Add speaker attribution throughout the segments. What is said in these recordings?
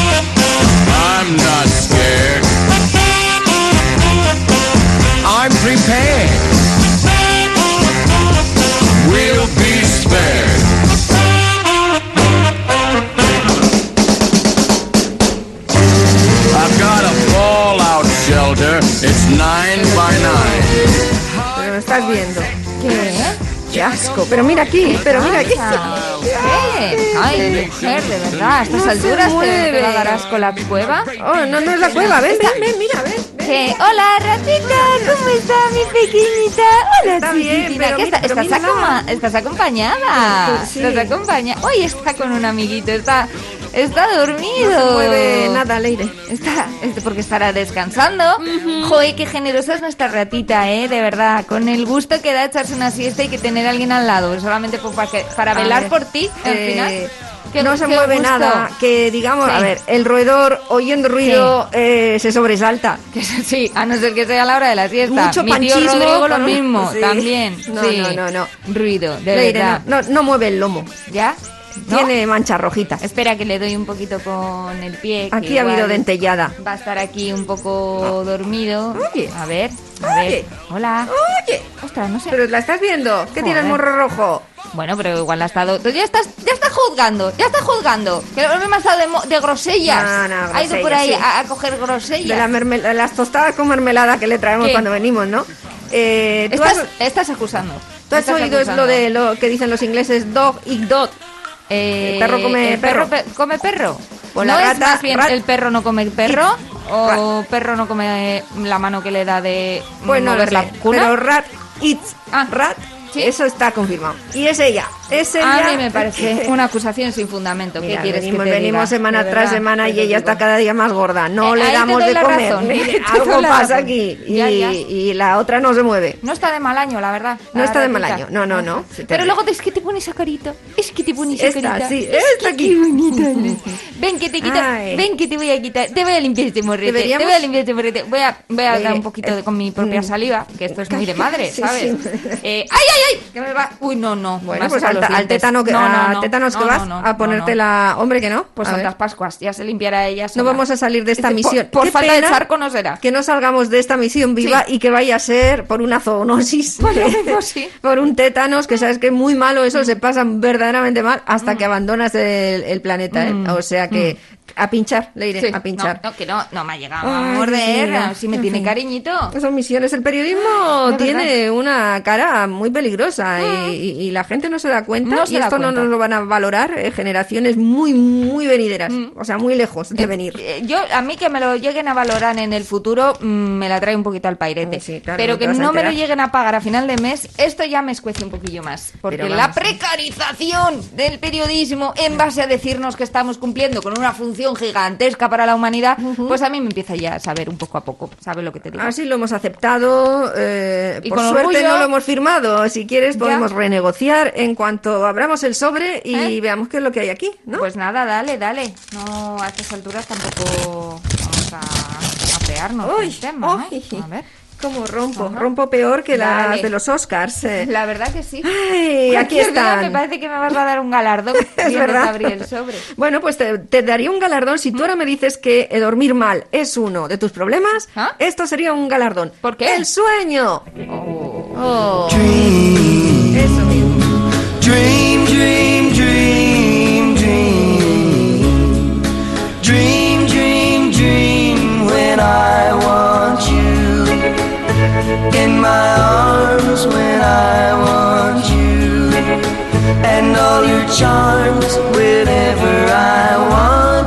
Speaker 1: I'm not scared. I'm prepared. We'll be spared. I've got a fallout shelter. It's nine by nine.
Speaker 2: Pero no estás viendo. ¿Qué? Qué asco. Pero mira aquí, pero mira aquí.
Speaker 3: ¿Qué? Ay, mujer, de verdad, a estas
Speaker 2: No se
Speaker 3: alturas te,
Speaker 2: mueve.
Speaker 3: te darás con la cueva.
Speaker 2: Oh, no, no es la cueva. Ven, ven, ven, mira, ven. ven.
Speaker 3: ¿Qué? Hola, ratita, ¿cómo está mi pequeñita? Hola,
Speaker 2: Está bien,
Speaker 3: chiquitina,
Speaker 2: pero
Speaker 3: ¿qué
Speaker 2: mi-
Speaker 3: está-
Speaker 2: pero
Speaker 3: estás,
Speaker 2: mírala.
Speaker 3: acoma- estás acompañada.
Speaker 2: Pues sí.
Speaker 3: Estás acompañada. Hoy está con un amiguito, está, está dormido.
Speaker 2: No se mueve nada, Leire.
Speaker 3: Está, este, porque estará descansando. Joder, qué generosa es nuestra ratita, ¿eh? De verdad, con el gusto que da echarse una siesta y que tener a alguien al lado, solamente pues, para, que- para velar
Speaker 2: ver,
Speaker 3: por ti, al
Speaker 2: eh,
Speaker 3: final. Qué-
Speaker 2: No se
Speaker 3: qué
Speaker 2: mueve
Speaker 3: gusto.
Speaker 2: nada. Que digamos,
Speaker 3: Sí.
Speaker 2: a ver, el roedor oyendo ruido eh, se sobresalta.
Speaker 3: Que se- Sí, a no ser que sea la hora de la siesta.
Speaker 2: Mucho
Speaker 3: Mi tío
Speaker 2: panchismo
Speaker 3: Rodrigo lo
Speaker 2: con-
Speaker 3: mismo,
Speaker 2: sí.
Speaker 3: también.
Speaker 2: No,
Speaker 3: sí.
Speaker 2: no, no, no.
Speaker 3: Ruido, de
Speaker 2: Leire,
Speaker 3: verdad.
Speaker 2: no, no, no mueve el lomo.
Speaker 3: ¿Ya? ¿No?
Speaker 2: Tiene manchas rojitas.
Speaker 3: Espera que le doy un poquito con el pie. que
Speaker 2: Aquí ha
Speaker 3: igual
Speaker 2: habido dentellada.
Speaker 3: Va a estar aquí un poco dormido.
Speaker 2: Oye.
Speaker 3: A ver, a
Speaker 2: Oye.
Speaker 3: ver. Hola.
Speaker 2: Oye,
Speaker 3: Ostras, no sé.
Speaker 2: pero la estás viendo. ¿Qué tiene el
Speaker 3: Joder.
Speaker 2: morro rojo?
Speaker 3: Bueno, pero igual ha estado. Ya estás, ya estás juzgando, ya estás juzgando. Que no me ha estado de, mo- de grosellas.
Speaker 2: No, no,
Speaker 3: ha ido por
Speaker 2: grosellas,
Speaker 3: ahí
Speaker 2: sí.
Speaker 3: a, a coger grosellas.
Speaker 2: De la mermel- las tostadas con mermelada que le traemos
Speaker 3: ¿Qué?
Speaker 2: cuando venimos, ¿no? Eh, ¿tú,
Speaker 3: Estás,
Speaker 2: has,
Speaker 3: estás acusando.
Speaker 2: tú has
Speaker 3: Estás
Speaker 2: oído es lo
Speaker 3: acusando.
Speaker 2: de lo que dicen los ingleses dog y dog?
Speaker 3: Eh,
Speaker 2: El perro come
Speaker 3: el perro.
Speaker 2: perro.
Speaker 3: pe- come perro.
Speaker 2: O la
Speaker 3: no es
Speaker 2: rata-
Speaker 3: más bien
Speaker 2: rat-
Speaker 3: el perro no come perro o perro no come la mano que le da de
Speaker 2: Bueno,
Speaker 3: mover Mm, la cuna.
Speaker 2: pero rat it's
Speaker 3: Ah,
Speaker 2: rat,
Speaker 3: sí.
Speaker 2: eso está confirmado. Y es ella, es
Speaker 3: a
Speaker 2: ella.
Speaker 3: mí me parece una acusación sin fundamento.
Speaker 2: Mira,
Speaker 3: ¿Qué quieres
Speaker 2: venimos,
Speaker 3: que te
Speaker 2: venimos
Speaker 3: diga?
Speaker 2: semana
Speaker 3: De
Speaker 2: tras
Speaker 3: verdad,
Speaker 2: semana
Speaker 3: te
Speaker 2: y
Speaker 3: lo
Speaker 2: ella está
Speaker 3: digo.
Speaker 2: cada día más gorda. No
Speaker 3: Eh,
Speaker 2: le
Speaker 3: ahí te
Speaker 2: damos
Speaker 3: doy
Speaker 2: de
Speaker 3: la
Speaker 2: comer.
Speaker 3: razón, ahí te
Speaker 2: Algo
Speaker 3: doy la
Speaker 2: pasa
Speaker 3: razón.
Speaker 2: aquí y,
Speaker 3: Ya, ya.
Speaker 2: y la otra no se mueve.
Speaker 3: No está de mal año, la verdad.
Speaker 2: No
Speaker 3: la
Speaker 2: está de mal
Speaker 3: ratita.
Speaker 2: año, no, no, no. Sí,
Speaker 3: Pero
Speaker 2: terrible.
Speaker 3: luego es que te pone esa carita. Es que te pone esa
Speaker 2: Esta,
Speaker 3: carita.
Speaker 2: sí,
Speaker 3: Es
Speaker 2: esta
Speaker 3: que
Speaker 2: aquí.
Speaker 3: qué bonita eres. Ven que te quita.
Speaker 2: Ay.
Speaker 3: Ven que te voy a quitar. Te voy a limpiar este morrete.
Speaker 2: Deberíamos-
Speaker 3: Te voy a limpiar este morrete. Voy a, voy a
Speaker 2: Oye,
Speaker 3: dar un poquito
Speaker 2: eh,
Speaker 3: de- con mi propia
Speaker 2: mm.
Speaker 3: saliva, que esto es muy de madre,
Speaker 2: Sí,
Speaker 3: ¿sabes?
Speaker 2: sí.
Speaker 3: Eh, ¡Ay, ay, ay! Que me va. Uy, no, no.
Speaker 2: Bueno,
Speaker 3: me has
Speaker 2: pues
Speaker 3: sacado
Speaker 2: al,
Speaker 3: los
Speaker 2: al
Speaker 3: dientes.
Speaker 2: tétano que,
Speaker 3: No, no,
Speaker 2: a
Speaker 3: no.
Speaker 2: tétanos que
Speaker 3: No,
Speaker 2: vas
Speaker 3: no, no, no,
Speaker 2: a ponerte
Speaker 3: no.
Speaker 2: la... Hombre, que no.
Speaker 3: Pues
Speaker 2: a ver.
Speaker 3: Santas Pascuas, ya se limpiará ella.
Speaker 2: No
Speaker 3: sola.
Speaker 2: vamos a salir de esta
Speaker 3: Este, por-
Speaker 2: misión.
Speaker 3: Por,
Speaker 2: Qué
Speaker 3: falta
Speaker 2: pena
Speaker 3: de charco no será.
Speaker 2: Que no salgamos de esta misión viva
Speaker 3: Sí.
Speaker 2: y que vaya a ser por una zoonosis.
Speaker 3: Por Mm. lo menos sí.
Speaker 2: Por un tétanos, que sabes que es muy malo, eso se pasa verdaderamente mal hasta
Speaker 3: Mm.
Speaker 2: que abandonas el, el planeta. ¿eh? O sea que a pinchar, Leire,
Speaker 3: Sí.
Speaker 2: a pinchar.
Speaker 3: No, no, que no, no me ha llegado a
Speaker 2: Ay,
Speaker 3: morder.
Speaker 2: mira.
Speaker 3: Si me
Speaker 2: En
Speaker 3: tiene
Speaker 2: fin.
Speaker 3: cariñito.
Speaker 2: Esas misiones, el periodismo
Speaker 3: de
Speaker 2: tiene una cara muy peligrosa y, y- y la gente no se da cuenta
Speaker 3: Mm. No
Speaker 2: y
Speaker 3: se da
Speaker 2: esto no
Speaker 3: cuenta.
Speaker 2: nos lo van a valorar eh, generaciones muy, muy venideras,
Speaker 3: Mm.
Speaker 2: o sea, muy lejos de venir.
Speaker 3: Eh, Yo, a mí que me lo lleguen a valorar en el futuro, mm, me la trae un poquito al pairete.
Speaker 2: Ay, Ah, sí, claro, no
Speaker 3: Pero
Speaker 2: te
Speaker 3: que
Speaker 2: vas a
Speaker 3: no me lo
Speaker 2: enterar.
Speaker 3: lleguen a pagar a final de mes, esto ya me escuece un poquillo más. Porque
Speaker 2: Pero
Speaker 3: la
Speaker 2: vamos.
Speaker 3: precarización del periodismo en base a decirnos que estamos cumpliendo con una función gigantesca para la humanidad, pues a mí me empieza ya a saber un poco a poco. ¿Sabes lo que te digo?
Speaker 2: Así lo hemos aceptado. eh,
Speaker 3: Y
Speaker 2: por
Speaker 3: con
Speaker 2: suerte
Speaker 3: orgullo.
Speaker 2: no lo hemos firmado. Si quieres
Speaker 3: Ya.
Speaker 2: podemos renegociar en cuanto abramos el sobre y
Speaker 3: ¿Eh?
Speaker 2: veamos qué es lo que hay aquí, ¿no?
Speaker 3: Pues nada, dale, dale. No, a estas alturas tampoco vamos a, a pearnos con
Speaker 2: Uy,
Speaker 3: el tema, ¿eh?
Speaker 2: uy,
Speaker 3: A ver.
Speaker 2: Cómo rompo,
Speaker 3: Ajá.
Speaker 2: rompo peor que las
Speaker 3: Dale.
Speaker 2: de los Oscars. eh.
Speaker 3: La verdad que sí.
Speaker 2: Ay, aquí
Speaker 3: Cualquier día
Speaker 2: están.
Speaker 3: Me parece que me vas a dar un galardón.
Speaker 2: Es
Speaker 3: viéndote
Speaker 2: verdad.
Speaker 3: abrir el sobre. ¿Mm?
Speaker 2: Bueno, pues te, te daría un galardón si tú ahora me dices que eh, dormir mal es uno de tus problemas.
Speaker 3: ¿Ah?
Speaker 2: Esto sería un galardón.
Speaker 3: ¿Por qué?
Speaker 2: El sueño.
Speaker 3: Oh.
Speaker 2: Oh,
Speaker 1: Dream,
Speaker 2: eso mismo.
Speaker 1: dream, dream, dream, dream. Dream, dream, dream when I want you. In my arms when I want you. And all your charms whenever I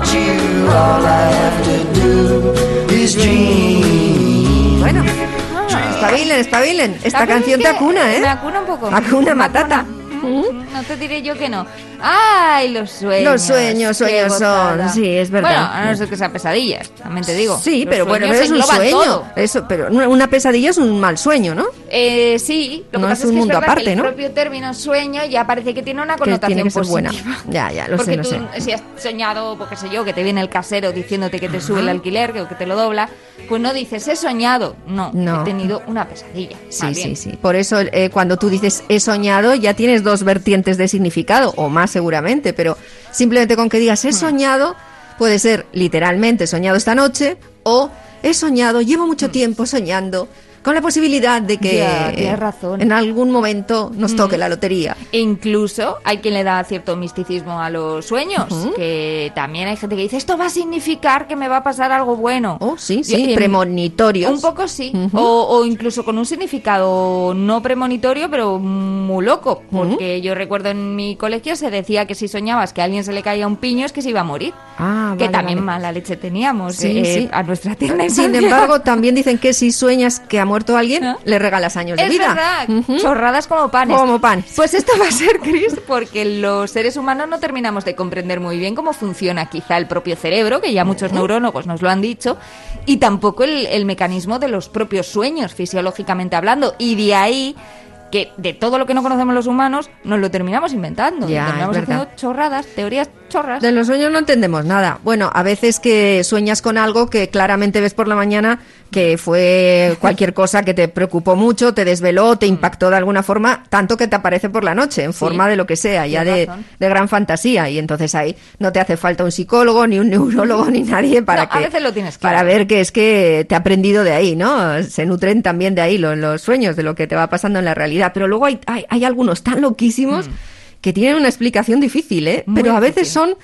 Speaker 2: espabilen. Esta
Speaker 3: La cosa
Speaker 2: canción
Speaker 3: Ah. es
Speaker 2: te
Speaker 3: que
Speaker 2: acuna, ¿eh?
Speaker 3: Me acuna un poco.
Speaker 2: Acuna
Speaker 3: Me
Speaker 2: matata.
Speaker 3: Mm, No te diré yo que no. ¡Ay, los sueños!
Speaker 2: Los sueños,
Speaker 3: qué
Speaker 2: sueños
Speaker 3: gozada.
Speaker 2: son, sí, es verdad.
Speaker 3: Bueno, a no ser que sea pesadillas, también te digo.
Speaker 2: Sí,
Speaker 3: Los
Speaker 2: pero bueno,
Speaker 3: sueños
Speaker 2: pero es un
Speaker 3: engloban
Speaker 2: sueño.
Speaker 3: todo.
Speaker 2: Eso, pero una- una pesadilla es un mal sueño, ¿no?
Speaker 3: Eh, sí, lo
Speaker 2: No
Speaker 3: que
Speaker 2: es
Speaker 3: pasa
Speaker 2: un
Speaker 3: es que
Speaker 2: mundo
Speaker 3: es verdad que
Speaker 2: aparte,
Speaker 3: el
Speaker 2: ¿no?
Speaker 3: propio término sueño ya parece que tiene una
Speaker 2: tiene
Speaker 3: connotación
Speaker 2: que ser buena.
Speaker 3: positiva.
Speaker 2: Ya, ya, lo sé,
Speaker 3: Porque
Speaker 2: lo
Speaker 3: tú,
Speaker 2: sé.
Speaker 3: si has soñado, porque sé yo, que te viene el casero diciéndote que te sube el alquiler que- o que te lo dobla, pues no dices, he soñado. No,
Speaker 2: No.
Speaker 3: he tenido una pesadilla.
Speaker 2: Sí,
Speaker 3: más bien.
Speaker 2: sí, sí. Por eso eh, cuando tú dices he soñado, ya tienes dos vertientes de significado, o más seguramente, pero simplemente con que digas
Speaker 3: Hmm.
Speaker 2: he soñado, puede ser literalmente "He soñado esta noche, o he soñado, llevo mucho tiempo soñando, con la posibilidad de que
Speaker 3: Hmm. Ya, tienes
Speaker 2: eh,
Speaker 3: razón.
Speaker 2: en algún momento nos toque la lotería.
Speaker 3: E incluso hay quien le da cierto misticismo a los sueños, que también hay gente que dice, esto va a significar que me va a pasar algo bueno.
Speaker 2: Oh, sí,
Speaker 3: Y-
Speaker 2: sí,
Speaker 3: em,
Speaker 2: premonitorios.
Speaker 3: Un poco sí,
Speaker 2: Ujú.
Speaker 3: o, o incluso con un significado no premonitorio, pero muy loco, porque yo recuerdo en mi colegio se decía que si soñabas que a alguien se le caía un piño es que se iba a morir,
Speaker 2: Ah,
Speaker 3: que
Speaker 2: vale,
Speaker 3: también
Speaker 2: vale.
Speaker 3: mala leche teníamos
Speaker 2: Sí,
Speaker 3: eh,
Speaker 2: sí.
Speaker 3: a nuestra tienda.
Speaker 2: Sin embargo, también dicen que si sueñas que ha muerto alguien,
Speaker 3: ¿Ah?
Speaker 2: le regalas años de
Speaker 3: Es
Speaker 2: vida.
Speaker 3: verdad,
Speaker 2: Ujú.
Speaker 3: chorradas como panes.
Speaker 2: Como panes.
Speaker 3: Pues esto va a ser, Chris, porque los seres humanos no terminamos de comprender muy bien cómo funciona quizá el propio cerebro, que ya muchos neurólogos nos lo han dicho, y tampoco el, el mecanismo de los propios sueños, fisiológicamente hablando. Y de ahí que de todo lo que no conocemos los humanos, nos lo terminamos inventando. y
Speaker 2: Ya, es
Speaker 3: terminamos
Speaker 2: verdad.
Speaker 3: haciendo chorradas, teorías chorras.
Speaker 2: De los sueños no entendemos nada. Bueno, a veces que sueñas con algo que claramente ves por la mañana que fue cualquier cosa que te preocupó mucho, te desveló,
Speaker 3: Mm.
Speaker 2: te impactó de alguna forma, tanto que te aparece por la noche, en forma de lo que sea, ya
Speaker 3: tienes
Speaker 2: de,
Speaker 3: razón.
Speaker 2: de gran fantasía. Y entonces ahí no te hace falta un psicólogo, ni un neurólogo, ni nadie para
Speaker 3: No, a
Speaker 2: que...
Speaker 3: veces lo tienes
Speaker 2: Para
Speaker 3: claro.
Speaker 2: ver que es que te ha aprendido de ahí, ¿no? Se nutren también de ahí lo- los, sueños, de lo que te va pasando en la realidad. Pero luego hay, hay, hay algunos tan loquísimos que tienen una explicación difícil, ¿eh?
Speaker 3: Mm. Muy
Speaker 2: pero a veces
Speaker 3: difícil.
Speaker 2: son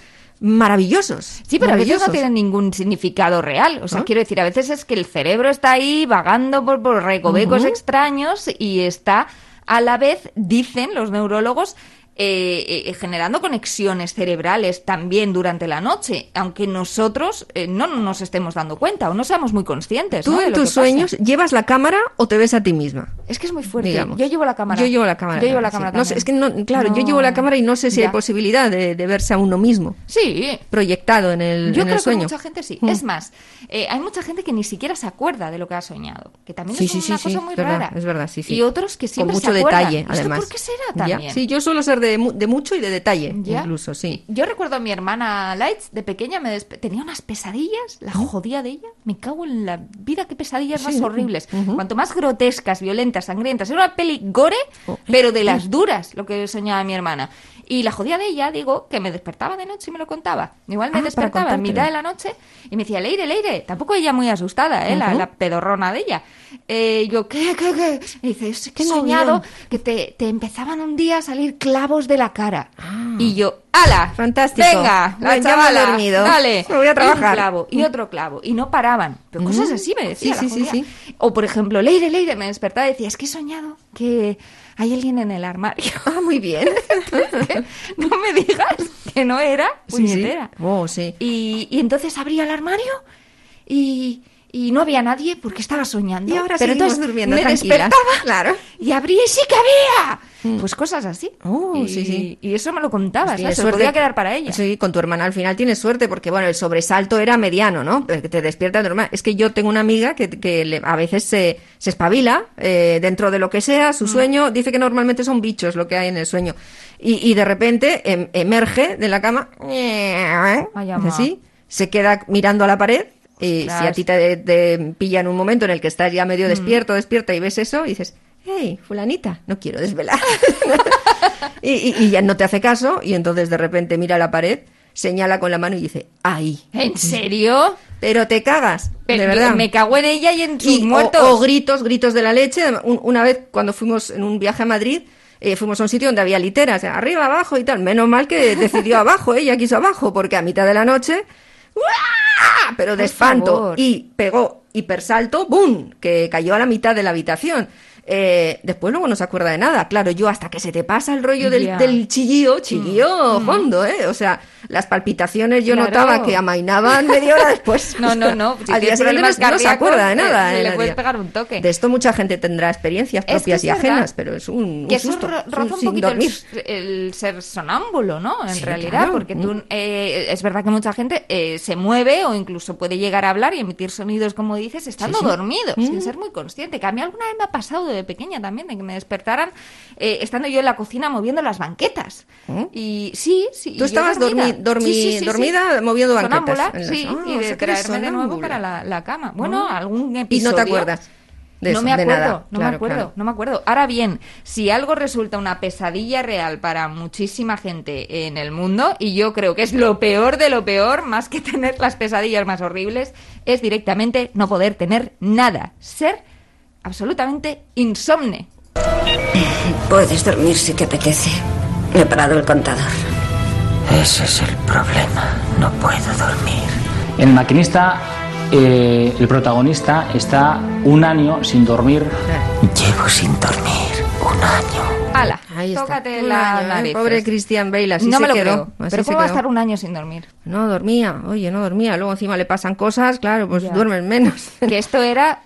Speaker 2: maravillosos.
Speaker 3: Sí, pero a veces no
Speaker 2: maravillosos.
Speaker 3: tienen ningún significado real. O sea,
Speaker 2: ¿No?
Speaker 3: quiero decir, a veces es que el cerebro está ahí vagando por, por recovecos
Speaker 2: Ujú.
Speaker 3: extraños y está a la vez, dicen los neurólogos, eh, eh, generando conexiones cerebrales también durante la noche, aunque nosotros eh, no nos estemos dando cuenta o no seamos muy conscientes.
Speaker 2: Tú
Speaker 3: ¿no? de
Speaker 2: en
Speaker 3: lo que
Speaker 2: tus
Speaker 3: pasa.
Speaker 2: sueños llevas la cámara o te ves a ti misma.
Speaker 3: Es que es muy fuerte.
Speaker 2: digamos.
Speaker 3: Yo llevo la cámara.
Speaker 2: Yo llevo la cámara.
Speaker 3: Yo llevo la
Speaker 2: sí.
Speaker 3: cámara
Speaker 2: No sé,
Speaker 3: también.
Speaker 2: es que no, claro, yo
Speaker 3: No.
Speaker 2: llevo la cámara y no sé si
Speaker 3: Ya.
Speaker 2: hay posibilidad de, de verse a uno mismo
Speaker 3: Sí,
Speaker 2: proyectado en el,
Speaker 3: Yo
Speaker 2: en el
Speaker 3: creo
Speaker 2: sueño.
Speaker 3: que mucha gente sí.
Speaker 2: Mm.
Speaker 3: Es más, eh, hay mucha gente que ni siquiera se acuerda de lo que ha soñado, que también
Speaker 2: Sí,
Speaker 3: es
Speaker 2: sí, sí,
Speaker 3: una
Speaker 2: sí,
Speaker 3: cosa muy
Speaker 2: es verdad,
Speaker 3: rara.
Speaker 2: es verdad, sí, sí.
Speaker 3: Y otros que siempre
Speaker 2: Con mucho
Speaker 3: se acuerdan.
Speaker 2: detalle,
Speaker 3: ¿Esto
Speaker 2: además.
Speaker 3: por qué será
Speaker 2: Ya.
Speaker 3: también?
Speaker 2: Sí, yo suelo ser de, mu- de mucho y de detalle,
Speaker 3: ¿Ya?
Speaker 2: incluso, sí.
Speaker 3: Yo recuerdo a mi hermana Lights, de pequeña, me despe- tenía unas pesadillas, la jodía de ella. Me cago en la vida, qué pesadillas más horribles. Cuanto más grotescas, violentas, sangrientas. Era una peli gore,
Speaker 2: Oh.
Speaker 3: pero de
Speaker 2: Mm.
Speaker 3: las duras, lo que soñaba mi hermana. Y la jodía de ella, digo, que me despertaba de noche y me lo contaba. Igual me
Speaker 2: Ah, para
Speaker 3: despertaba en
Speaker 2: contártelo.
Speaker 3: mitad de la noche y me decía, Leire, Leire. Tampoco ella muy asustada, ¿eh? la, la pedorrona de ella. Eh, yo, ¿qué, qué, qué? Y dice, es que he
Speaker 2: Tengo
Speaker 3: soñado
Speaker 2: guión.
Speaker 3: que te, te empezaban un día a salir clavos de la cara.
Speaker 2: Ah.
Speaker 3: Y yo, ¡ala!
Speaker 2: Fantástico.
Speaker 3: Venga, la
Speaker 2: Bueno, ya me he
Speaker 3: chavala,
Speaker 2: dormido.
Speaker 3: Dale.
Speaker 2: Me voy a trabajar.
Speaker 3: Y un clavo, y otro clavo. Y no paraban. Pero cosas así me decía
Speaker 2: Mm. Sí,
Speaker 3: la
Speaker 2: sí, sí,
Speaker 3: judía.
Speaker 2: sí.
Speaker 3: O, por ejemplo, Leire, Leire, me despertaba y decía, es que he soñado que hay alguien en el armario.
Speaker 2: Ah, muy bien.
Speaker 3: no me digas que no era
Speaker 2: Sí, sí.
Speaker 3: puñetera.
Speaker 2: Oh, sí.
Speaker 3: Y, y entonces abría el armario y, y no había nadie porque estaba soñando.
Speaker 2: Y ahora
Speaker 3: Pero
Speaker 2: seguimos
Speaker 3: entonces
Speaker 2: durmiendo
Speaker 3: me
Speaker 2: tranquilas.
Speaker 3: despertaba
Speaker 2: Claro.
Speaker 3: y abría y sí que había. Pues cosas así.
Speaker 2: Mm. Oh,
Speaker 3: y,
Speaker 2: sí, sí.
Speaker 3: y eso me lo contabas, ¿no?
Speaker 2: Tienes
Speaker 3: Se lo
Speaker 2: suerte.
Speaker 3: podía quedar para ella.
Speaker 2: Sí, con tu hermana al final tienes suerte porque, bueno, el sobresalto era mediano, ¿no? Pero que Te despierta normal. Es que yo tengo una amiga que, que le- a veces se, se espabila eh, dentro de lo que sea,
Speaker 3: Mm.
Speaker 2: su sueño. Dice que normalmente son bichos lo que hay en el sueño. Y, y de repente em- emerge de la cama.
Speaker 3: Ay,
Speaker 2: Hace
Speaker 3: ama.
Speaker 2: así, se queda mirando a la pared. Y
Speaker 3: Ostras.
Speaker 2: si a ti te, te pilla en un momento en el que estás ya
Speaker 3: Mm.
Speaker 2: medio despierto, despierta y ves eso, y dices, hey, fulanita, no quiero desvelar. Y, y- y ya no te hace caso y entonces de repente mira la pared, señala con la mano y dice, ahí.
Speaker 3: ¿En serio?
Speaker 2: Pero te cagas,
Speaker 3: Pero
Speaker 2: de
Speaker 3: yo
Speaker 2: verdad.
Speaker 3: me cago en ella y en sus
Speaker 2: Y- o-
Speaker 3: muertos.
Speaker 2: O, gritos, gritos de la leche. Un- una vez cuando fuimos en un viaje a Madrid, eh, fuimos a un sitio donde había literas, eh, arriba, abajo y tal. Menos mal que decidió abajo, eh, ella quiso abajo, porque a mitad de la noche, ¡guau! pero de
Speaker 3: Por
Speaker 2: espanto.
Speaker 3: favor.
Speaker 2: Y pegó hipersalto, ¡boom! que cayó a la mitad de la habitación. eh, después luego no se acuerda de nada. Claro, yo hasta que se te pasa el rollo del,
Speaker 3: Ya. Mm.
Speaker 2: del chillío, chillío fondo, ¿eh? O sea, las palpitaciones yo
Speaker 3: Claro.
Speaker 2: notaba que amainaban media hora después.
Speaker 3: No, no, no. Si
Speaker 2: Al
Speaker 3: tiene
Speaker 2: día siguiente no,
Speaker 3: problemas
Speaker 2: no se
Speaker 3: cardíacos,
Speaker 2: acuerda de
Speaker 3: eh,
Speaker 2: nada.
Speaker 3: le
Speaker 2: eh,
Speaker 3: puedes
Speaker 2: Nadia.
Speaker 3: pegar un toque.
Speaker 2: De esto mucha gente tendrá experiencias
Speaker 3: que
Speaker 2: propias
Speaker 3: es
Speaker 2: y
Speaker 3: verdad.
Speaker 2: ajenas, pero es un, un
Speaker 3: que eso
Speaker 2: susto.
Speaker 3: ro-
Speaker 2: es un
Speaker 3: roza un
Speaker 2: sin
Speaker 3: poquito el,
Speaker 2: dormir.
Speaker 3: el ser sonámbulo, ¿no? En
Speaker 2: Sí,
Speaker 3: realidad,
Speaker 2: claro.
Speaker 3: porque tú,
Speaker 2: Mm.
Speaker 3: eh, es verdad que mucha gente eh, se mueve o incluso puede llegar a hablar y emitir sonidos, como dices, estando dormido, sin ser muy consciente. Que a mí alguna vez me ha pasado de pequeña también, de que me despertaran eh, estando yo en la cocina moviendo las banquetas. Y sí, sí. y
Speaker 2: ¿Eh? Tú
Speaker 3: yo
Speaker 2: estabas dormi- dormi- dormida moviendo banquetas
Speaker 3: Sonámbula,
Speaker 2: en las-
Speaker 3: sí,
Speaker 2: Ah,
Speaker 3: y
Speaker 2: o
Speaker 3: de
Speaker 2: sea que eres
Speaker 3: traerme de nuevo
Speaker 2: sonámbula.
Speaker 3: para la, la cama. Bueno,
Speaker 2: Ah.
Speaker 3: algún
Speaker 2: Y
Speaker 3: episodio.
Speaker 2: no te acuerdas de eso,
Speaker 3: no me acuerdo,
Speaker 2: de nada.
Speaker 3: no me
Speaker 2: Claro,
Speaker 3: acuerdo,
Speaker 2: claro.
Speaker 3: no me acuerdo. Ahora bien, si algo resulta una pesadilla real para muchísima gente en el mundo, y yo creo que es lo peor de lo peor, más que tener las pesadillas más horribles, es directamente no poder tener nada, ser absolutamente insomne.
Speaker 4: Puedes dormir si te apetece. Me he parado el contador.
Speaker 5: Ese es el problema. No puedo dormir.
Speaker 6: En el maquinista, eh, el protagonista está un año sin dormir.
Speaker 5: Llevo sin dormir un año.
Speaker 3: ¡Hala!
Speaker 2: Ahí está.
Speaker 3: Tócate
Speaker 2: Un
Speaker 3: la
Speaker 2: año, ¿eh?
Speaker 3: nariz.
Speaker 2: Pobre Christian Bale, así
Speaker 3: no
Speaker 2: se
Speaker 3: me lo
Speaker 2: quedó,
Speaker 3: creo.
Speaker 2: así
Speaker 3: Pero
Speaker 2: se
Speaker 3: ¿cómo va a
Speaker 2: quedó.
Speaker 3: estar un año sin dormir?
Speaker 2: No dormía, oye, no dormía. Luego encima le pasan cosas, claro, pues
Speaker 3: Ya.
Speaker 2: duermen menos.
Speaker 3: Que esto era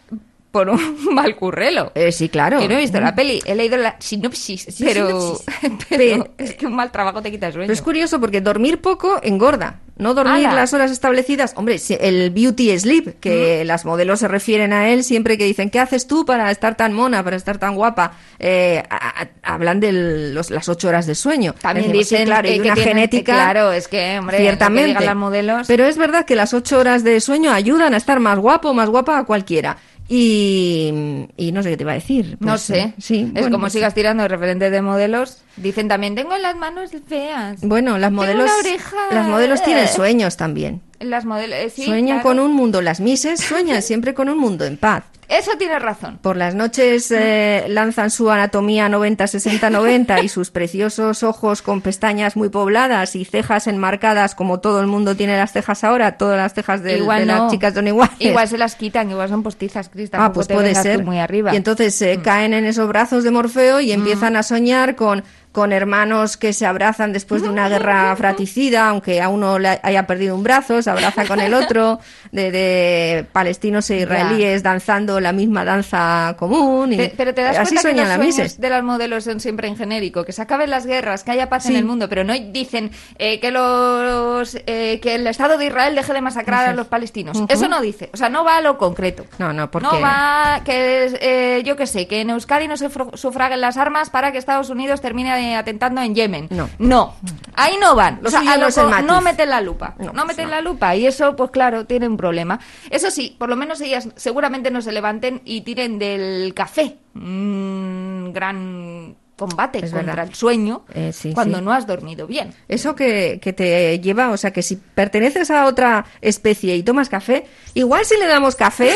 Speaker 3: por un mal currelo.
Speaker 2: Eh, sí, claro.
Speaker 3: Yo no he visto la peli, he leído la sinopsis,
Speaker 2: Sí,
Speaker 3: pero,
Speaker 2: sinopsis.
Speaker 3: pero
Speaker 2: Pero-
Speaker 3: es que un mal trabajo te quita el
Speaker 2: Pero
Speaker 3: sueño.
Speaker 2: es curioso porque dormir poco engorda. No dormir
Speaker 3: ¡Hala!
Speaker 2: las horas establecidas. Hombre, si- el beauty sleep,
Speaker 3: Mm.
Speaker 2: que las modelos se refieren a él siempre que dicen, ¿qué haces tú para estar tan mona, para estar tan guapa? Eh, a- a- hablan de los- las ocho horas de sueño.
Speaker 3: También
Speaker 2: Decimos, sí,
Speaker 3: dicen
Speaker 2: claro,
Speaker 3: que-
Speaker 2: y
Speaker 3: que
Speaker 2: una
Speaker 3: tienen-
Speaker 2: genética.
Speaker 3: claro, es que, hombre, lo que
Speaker 2: ciertamente.
Speaker 3: digan las modelos.
Speaker 2: Pero es verdad que las ocho horas de sueño ayudan a estar más guapo, más guapa a cualquiera. Y, y no sé qué te iba a decir.
Speaker 3: no
Speaker 2: Pues,
Speaker 3: sé,
Speaker 2: Sí,
Speaker 3: es
Speaker 2: bueno,
Speaker 3: como
Speaker 2: pues-
Speaker 3: sigas tirando de referentes de modelos. Dicen también, tengo las manos feas.
Speaker 2: Bueno, las
Speaker 3: Tengo
Speaker 2: modelos,
Speaker 3: una oreja. Eh.
Speaker 2: las modelos tienen sueños también.
Speaker 3: Las modelos, eh, sí,
Speaker 2: sueñan
Speaker 3: claro.
Speaker 2: con un mundo, las mises sueñan siempre con un mundo en paz.
Speaker 3: Eso tienes razón.
Speaker 2: Por las noches eh, lanzan su anatomía 90-60-90 y sus preciosos ojos con pestañas muy pobladas y cejas enmarcadas como todo el mundo tiene las cejas ahora, todas las cejas de, de
Speaker 3: no.
Speaker 2: las chicas son iguales.
Speaker 3: Igual se las quitan, igual son postizas, Cris.
Speaker 2: Ah,
Speaker 3: tampoco
Speaker 2: pues
Speaker 3: te
Speaker 2: puede
Speaker 3: vengas tú
Speaker 2: ser.
Speaker 3: Muy arriba. Mm.
Speaker 2: Y entonces eh, caen en esos brazos de Morfeo y empiezan a soñar con, con hermanos que se abrazan después de una guerra fratricida, aunque a uno le haya perdido un brazo, se abrazan con el otro, de, de palestinos e israelíes danzando la misma danza común. y-
Speaker 3: Te- pero te das
Speaker 2: así
Speaker 3: cuenta que
Speaker 2: sueñan
Speaker 3: los
Speaker 2: las
Speaker 3: sueños
Speaker 2: mises.
Speaker 3: de las modelos son siempre en genérico, que se acaben las guerras, que haya paz
Speaker 2: Sí.
Speaker 3: en el mundo, pero no dicen eh, que los eh, que el Estado de Israel deje de masacrar a los palestinos. Eso no dice, o sea, no va a lo concreto.
Speaker 2: No, no, porque-
Speaker 3: No va que eh, yo qué sé, que en Euskadi no se fro- sufraguen las armas para que Estados Unidos termine eh, atentando en Yemen.
Speaker 2: No.
Speaker 3: no, ahí no van.
Speaker 2: Lo
Speaker 3: o sea,
Speaker 2: suyo
Speaker 3: a
Speaker 2: no
Speaker 3: lo
Speaker 2: es el
Speaker 3: co-
Speaker 2: matiz.
Speaker 3: no meten la lupa,
Speaker 2: No,
Speaker 3: no,
Speaker 2: pues
Speaker 3: meten
Speaker 2: no.
Speaker 3: la lupa y eso, pues claro, tiene un problema. Eso sí, por lo menos ellas seguramente no se levanten y tiren del café. Un gran combate
Speaker 2: Es
Speaker 3: contra
Speaker 2: verdad.
Speaker 3: el sueño
Speaker 2: Eh, sí,
Speaker 3: cuando
Speaker 2: sí.
Speaker 3: no has dormido bien.
Speaker 2: Eso que, que te lleva, o sea, que si perteneces a otra especie y tomas café, igual si le damos café,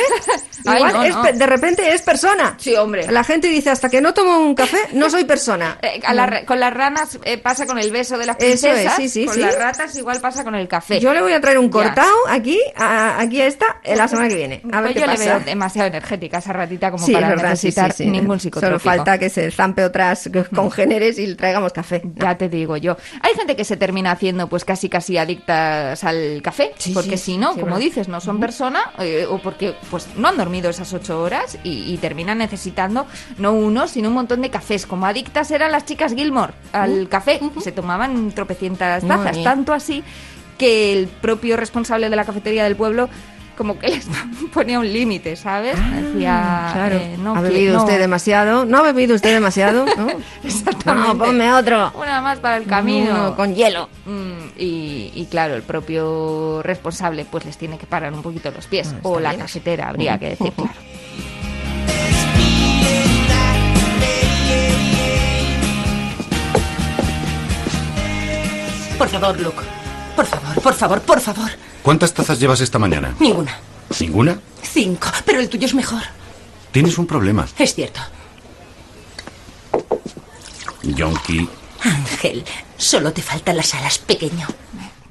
Speaker 3: Ay,
Speaker 2: igual
Speaker 3: no,
Speaker 2: es
Speaker 3: no.
Speaker 2: pe- de repente es persona.
Speaker 3: Sí, hombre.
Speaker 2: La gente dice, hasta que no tomo un café, no soy persona.
Speaker 3: Eh, a la ra- con las ranas eh, pasa con el beso de las
Speaker 2: Eso es,
Speaker 3: princesas,
Speaker 2: sí, sí,
Speaker 3: con
Speaker 2: sí.
Speaker 3: las ratas igual pasa con el café.
Speaker 2: Yo le voy a traer un
Speaker 3: Ya.
Speaker 2: cortado aquí, a, aquí a esta, eh, la semana que viene. A
Speaker 3: Pues
Speaker 2: ver qué
Speaker 3: yo
Speaker 2: pasa.
Speaker 3: le veo demasiado energética a esa ratita como
Speaker 2: Sí,
Speaker 3: para
Speaker 2: es verdad, sí, sí,
Speaker 3: necesitar
Speaker 2: sí.
Speaker 3: ningún psicotrópico. Mm.
Speaker 2: Solo falta que se zampe otras congéneres y le traigamos café.
Speaker 3: Ya te digo yo. Hay gente que se termina haciendo pues casi casi adictas al café,
Speaker 2: Sí,
Speaker 3: porque
Speaker 2: sí,
Speaker 3: si no,
Speaker 2: sí,
Speaker 3: como
Speaker 2: verdad.
Speaker 3: dices, no son persona eh, o porque pues no han dormido esas ocho horas y, y terminan necesitando no uno, sino un montón de cafés. Como adictas eran las chicas Gilmore al café, se tomaban tropecientas
Speaker 2: Madre
Speaker 3: tazas,
Speaker 2: mía.
Speaker 3: tanto así que el propio responsable de la cafetería del pueblo como que les ponía un límite, ¿sabes? Decía,
Speaker 2: Ah, Claro.
Speaker 3: eh, no,
Speaker 2: ha
Speaker 3: que-
Speaker 2: bebido
Speaker 3: no.
Speaker 2: usted demasiado. No ha bebido usted demasiado. ¿no?
Speaker 3: Exactamente.
Speaker 2: No, ponme otro.
Speaker 3: Una más para el camino.
Speaker 2: Uno con hielo.
Speaker 3: Mm, y, y claro, el propio responsable pues les tiene que parar un poquito los pies. o la cafetera, habría que decir, claro.
Speaker 4: Por favor, Luke. Por favor, por favor, por favor.
Speaker 1: ¿Cuántas tazas llevas esta mañana?
Speaker 4: Ninguna.
Speaker 1: ¿Ninguna?
Speaker 4: Cinco. Pero el tuyo es mejor.
Speaker 1: Tienes un problema.
Speaker 4: Es cierto.
Speaker 1: Yonki.
Speaker 4: Ángel, solo te faltan las alas, pequeño.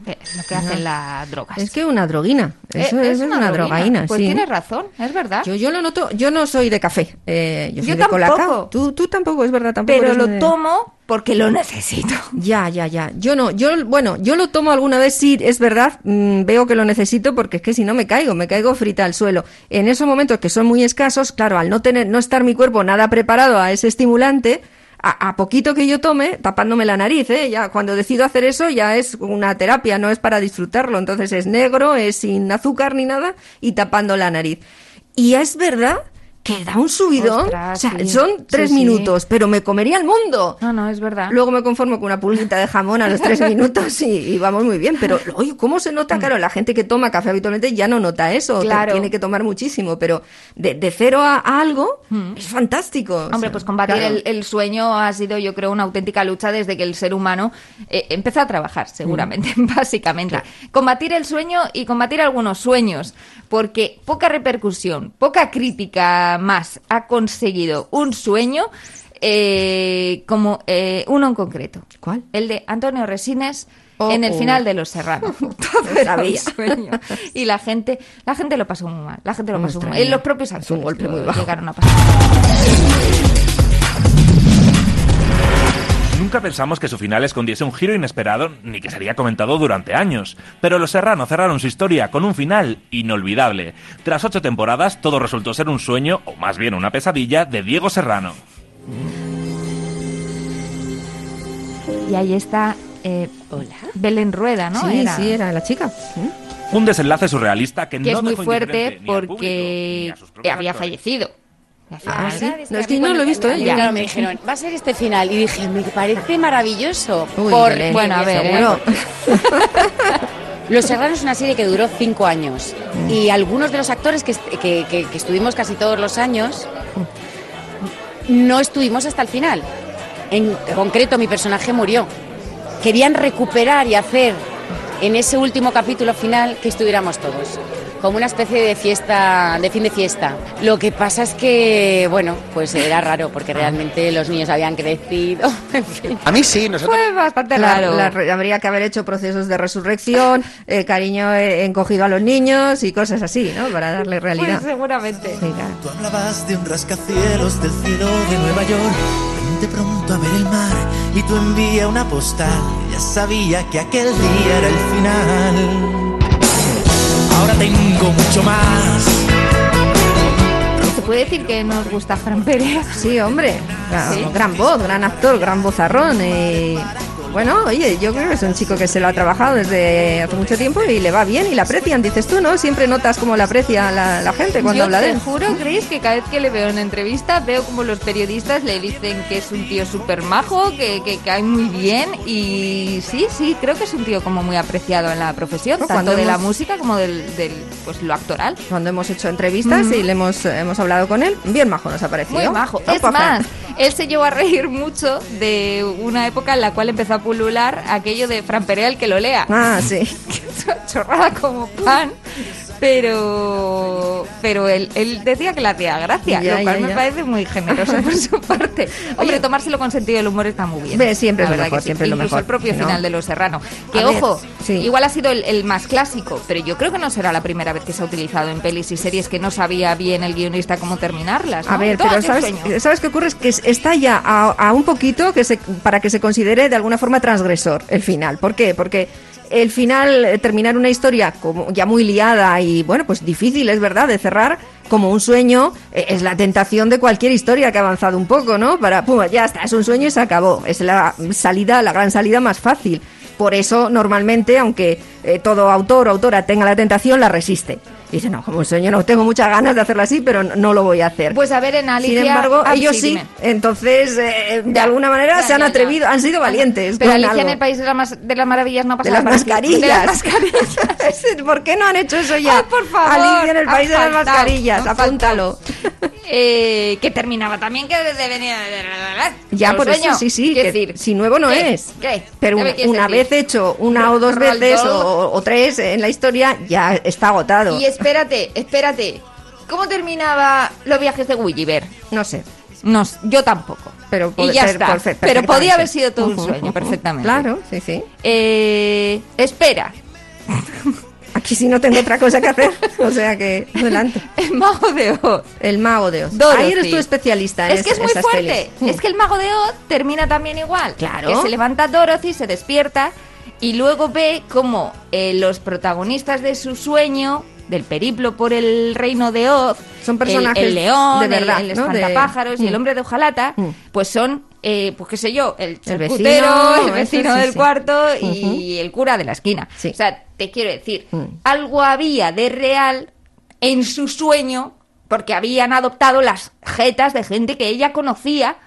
Speaker 3: Eh, lo que hacen las drogas.
Speaker 2: Es que una droguina.
Speaker 3: Eh,
Speaker 2: Eso es, una, drogaína.
Speaker 3: Pues
Speaker 2: sí.
Speaker 3: tienes razón, es verdad.
Speaker 2: Yo, yo lo noto, yo no soy de café, eh, yo soy
Speaker 3: Yo
Speaker 2: de colacao.
Speaker 3: tampoco.
Speaker 2: Tú, tú tampoco, es verdad, tampoco.
Speaker 3: pero
Speaker 2: eres
Speaker 3: lo
Speaker 2: de-
Speaker 3: tomo porque lo necesito.
Speaker 2: Ya, ya, ya. Yo no, yo, bueno, yo lo tomo alguna vez, sí, es verdad, mm, veo que lo necesito porque es que si no me caigo, me caigo frita al suelo. En esos momentos que son muy escasos, claro, al no tener, no estar mi cuerpo nada preparado a ese estimulante, a, a poquito que yo tome, tapándome la nariz, ¿eh? ya cuando decido hacer eso ya es una terapia, no es para disfrutarlo. Entonces es negro, es sin azúcar ni nada y tapando la nariz. Y es verdad que da un subidón,
Speaker 3: Ostras,
Speaker 2: o sea,
Speaker 3: sí.
Speaker 2: son tres
Speaker 3: Sí, sí.
Speaker 2: minutos, pero me comería el mundo.
Speaker 3: No, no, es verdad.
Speaker 2: Luego me conformo con una pulguita de jamón a los tres minutos y, y vamos muy bien. Pero, oye, ¿cómo se nota? Claro, la gente que toma café habitualmente ya no nota eso. te-
Speaker 3: Claro.
Speaker 2: Tiene que tomar muchísimo, pero de, de cero a, a algo es fantástico. o
Speaker 3: Mm. Hombre,
Speaker 2: sea,
Speaker 3: pues combatir
Speaker 2: claro.
Speaker 3: el, el sueño ha sido, yo creo, una auténtica lucha desde que el ser humano eh, empezó a trabajar, seguramente,
Speaker 2: Mm.
Speaker 3: básicamente. Combatir el sueño y combatir algunos sueños, porque poca repercusión, poca crítica más ha conseguido un sueño eh, como eh, uno en concreto.
Speaker 2: ¿Cuál?
Speaker 3: El de Antonio Resines.
Speaker 2: Oh,
Speaker 3: en el
Speaker 2: oh.
Speaker 3: final de Los Serranos.
Speaker 2: Lo sabía.
Speaker 3: Y la gente, la gente lo pasó muy mal. La gente lo pasó muy
Speaker 2: Ostras,
Speaker 3: mal. Eh, Los propios
Speaker 2: es un
Speaker 3: actores
Speaker 2: golpe
Speaker 3: lo
Speaker 2: muy bajo.
Speaker 3: llegaron a pasar.
Speaker 7: Nunca pensamos que su final escondiese un giro inesperado ni que sería comentado durante años. Pero los Serrano cerraron su historia con un final inolvidable. Tras ocho temporadas, todo resultó ser un sueño, o más bien una pesadilla, de Diego Serrano.
Speaker 3: Y ahí está eh, Belén Rueda, ¿no?
Speaker 2: Sí, sí, era la chica. ¿Mm?
Speaker 7: Un desenlace surrealista que,
Speaker 3: Que
Speaker 7: no
Speaker 3: es muy
Speaker 7: dejó
Speaker 3: fuerte
Speaker 7: indiferente ni al público, ni
Speaker 3: porque
Speaker 7: a sus propios
Speaker 3: había
Speaker 7: actores.
Speaker 3: fallecido.
Speaker 2: Ah, sí.
Speaker 8: ¿sabes?
Speaker 2: No, es que no lo he
Speaker 4: ¿eh?
Speaker 2: visto ¿eh?
Speaker 8: Y
Speaker 2: ella.
Speaker 8: claro, me dijeron, va a ser este final. Y dije, me parece maravilloso.
Speaker 2: Uy, Belén,
Speaker 3: bueno, a ver, eh,
Speaker 2: seguro.
Speaker 8: ¿eh? Los Serranos es una serie que duró cinco años. Y algunos de los actores que, est- que- que- que estuvimos casi todos los años, no estuvimos hasta el final. En concreto, mi personaje murió. Querían recuperar y hacer en ese último capítulo final que estuviéramos todos. Como una especie de fiesta, de fin de fiesta. Lo que pasa es que, bueno, pues era raro porque realmente los niños habían crecido. En fin.
Speaker 1: A mí sí, nosotros.
Speaker 3: Fue bastante
Speaker 2: La-
Speaker 3: raro.
Speaker 2: la re- habría que haber hecho procesos de resurrección, eh, cariño eh, encogido a los niños y cosas así, ¿no? Para darle realidad.
Speaker 3: Pues seguramente.
Speaker 2: Sí, claro.
Speaker 9: Tú hablabas de un rascacielos del cielo de Nueva York. Vente pronto a ver el mar y tú envía una postal. Ya sabía que aquel día era el final. Ahora tengo mucho más.
Speaker 3: Se puede decir que nos gusta Fran Pérez.
Speaker 2: Sí, hombre. Gra- Gran voz, gran actor, gran vozarrón. eh. Bueno, oye, yo creo que es un chico que se lo ha trabajado desde hace mucho tiempo y le va bien y la aprecian, dices tú, ¿no? Siempre notas cómo la aprecia la, la gente cuando
Speaker 3: Yo
Speaker 2: habla de
Speaker 3: te
Speaker 2: él.
Speaker 3: juro, Chris, que cada vez que le veo en entrevista veo como los periodistas le dicen que es un tío súper majo, que, que cae muy bien y sí, sí, creo que es un tío como muy apreciado en la profesión,
Speaker 2: Pues cuando
Speaker 3: tanto de la
Speaker 2: hemos-
Speaker 3: música como del, del pues lo actoral.
Speaker 2: Cuando hemos hecho entrevistas y le hemos, hemos hablado con él, bien majo nos ha parecido.
Speaker 3: Muy majo.
Speaker 2: Opa,
Speaker 3: Es
Speaker 2: Fran.
Speaker 3: más, él se llevó a reír mucho de una época en la cual empezó a pulular aquello de Fran Perea el que lo lea.
Speaker 2: Ah, sí.
Speaker 3: Que es una chorrada como pan. Pero pero él, él decía que la hacía gracia,
Speaker 2: Ya,
Speaker 3: lo cual
Speaker 2: ya,
Speaker 3: me
Speaker 2: ya.
Speaker 3: parece muy generoso por su parte. Hombre, tomárselo con sentido del humor está muy bien.
Speaker 2: Ve,
Speaker 3: La
Speaker 2: siempre es lo
Speaker 3: verdad
Speaker 2: mejor,
Speaker 3: que sí.
Speaker 2: siempre es lo
Speaker 3: Incluso
Speaker 2: mejor,
Speaker 3: el propio
Speaker 2: ¿no?
Speaker 3: final de Los Serrano. Que
Speaker 2: A ver,
Speaker 3: ojo,
Speaker 2: sí.
Speaker 3: igual ha sido el, el más clásico, pero yo creo que no será la primera vez que se ha utilizado en pelis y series que no sabía bien el guionista cómo terminarlas.
Speaker 2: A
Speaker 3: ¿no?
Speaker 2: ver,
Speaker 3: Todo
Speaker 2: pero
Speaker 3: hace un
Speaker 2: ¿sabes,
Speaker 3: sueño.
Speaker 2: ¿sabes qué ocurre? Es que es- está ya a, a un poquito que se, para que se considere de alguna forma transgresor el final. ¿Por qué? Porque el final, eh, terminar una historia como ya muy liada y bueno, pues difícil, es verdad, de cerrar como un sueño, eh, es la tentación de cualquier historia que ha avanzado un poco, ¿no? Para, pum, ya está, es un sueño y se acabó. Es la salida, la gran salida más fácil. Por eso, normalmente, aunque eh, todo autor o autora tenga la tentación, la resiste. Y dice, no, como un sueño, no tengo muchas ganas de hacerlo así, pero no, no lo voy a hacer.
Speaker 3: Pues a ver, en Alicia...
Speaker 2: Sin embargo,
Speaker 3: Ah,
Speaker 2: ellos sí.
Speaker 3: dime.
Speaker 2: Entonces, eh, de
Speaker 3: Ya,
Speaker 2: alguna manera
Speaker 3: ya,
Speaker 2: se han
Speaker 3: ya, ya.
Speaker 2: atrevido, han sido valientes.
Speaker 3: Pero
Speaker 2: con
Speaker 3: Alicia
Speaker 2: algo.
Speaker 3: en el País de, la mas- de las Maravillas no ha
Speaker 2: de
Speaker 3: pasado
Speaker 2: las
Speaker 3: por aquí.
Speaker 2: mascarillas.
Speaker 3: De las mascarillas.
Speaker 2: ¿Por qué no han hecho eso ya?
Speaker 3: Ay, por favor.
Speaker 2: Alicia en el
Speaker 3: Has
Speaker 2: país de las
Speaker 3: faltado,
Speaker 2: mascarillas,
Speaker 3: has
Speaker 2: apúntalo.
Speaker 3: Eh, que terminaba también que de- de venía
Speaker 2: Ya, por eso sí, sí. Que,
Speaker 3: decir,
Speaker 2: si nuevo no
Speaker 3: ¿qué?
Speaker 2: es.
Speaker 3: ¿Qué?
Speaker 2: Pero
Speaker 3: ¿Qué me
Speaker 2: una,
Speaker 3: quieres
Speaker 2: una
Speaker 3: decir?
Speaker 2: vez hecho, una o dos
Speaker 3: Roald
Speaker 2: veces
Speaker 3: Dahl.
Speaker 2: o, o tres en la historia, ya está agotado.
Speaker 3: Y espérate, espérate. ¿Cómo terminaba los viajes de Gulliver?
Speaker 2: No sé.
Speaker 3: No, s- yo tampoco.
Speaker 2: pero
Speaker 3: y ya está. Pero podía haber sido todo un sueño, perfectamente.
Speaker 2: Claro, sí, sí.
Speaker 3: Eh, espera.
Speaker 2: Aquí sí no tengo otra cosa que hacer. O sea que, adelante.
Speaker 3: El mago de Oz.
Speaker 2: El mago de Oz.
Speaker 3: Dorothy.
Speaker 2: Ahí eres tu especialista. en
Speaker 3: Es que es muy
Speaker 2: esas
Speaker 3: fuerte.
Speaker 2: pelis.
Speaker 3: Es que el mago de Oz termina también igual.
Speaker 2: Claro.
Speaker 3: Que se levanta Dorothy, se despierta y luego ve como los protagonistas de su sueño, del periplo por el reino de Oz,
Speaker 2: Son
Speaker 3: el-
Speaker 2: personajes
Speaker 3: el, león,
Speaker 2: de
Speaker 3: el-
Speaker 2: verdad,
Speaker 3: el,
Speaker 2: ¿no? De-
Speaker 3: espantapájaros y el
Speaker 2: Mm.
Speaker 3: hombre de hojalata,
Speaker 2: Mm.
Speaker 3: pues son, eh, pues qué sé yo, el
Speaker 2: El
Speaker 3: charcutero, el
Speaker 2: vecino,
Speaker 3: vecino,
Speaker 2: eso sí,
Speaker 3: del
Speaker 2: sí.
Speaker 3: cuarto y el cura de la esquina.
Speaker 2: Sí.
Speaker 3: O sea, te quiero decir,
Speaker 2: Mm.
Speaker 3: algo había de real en su sueño, porque habían adoptado las jetas de gente que ella conocía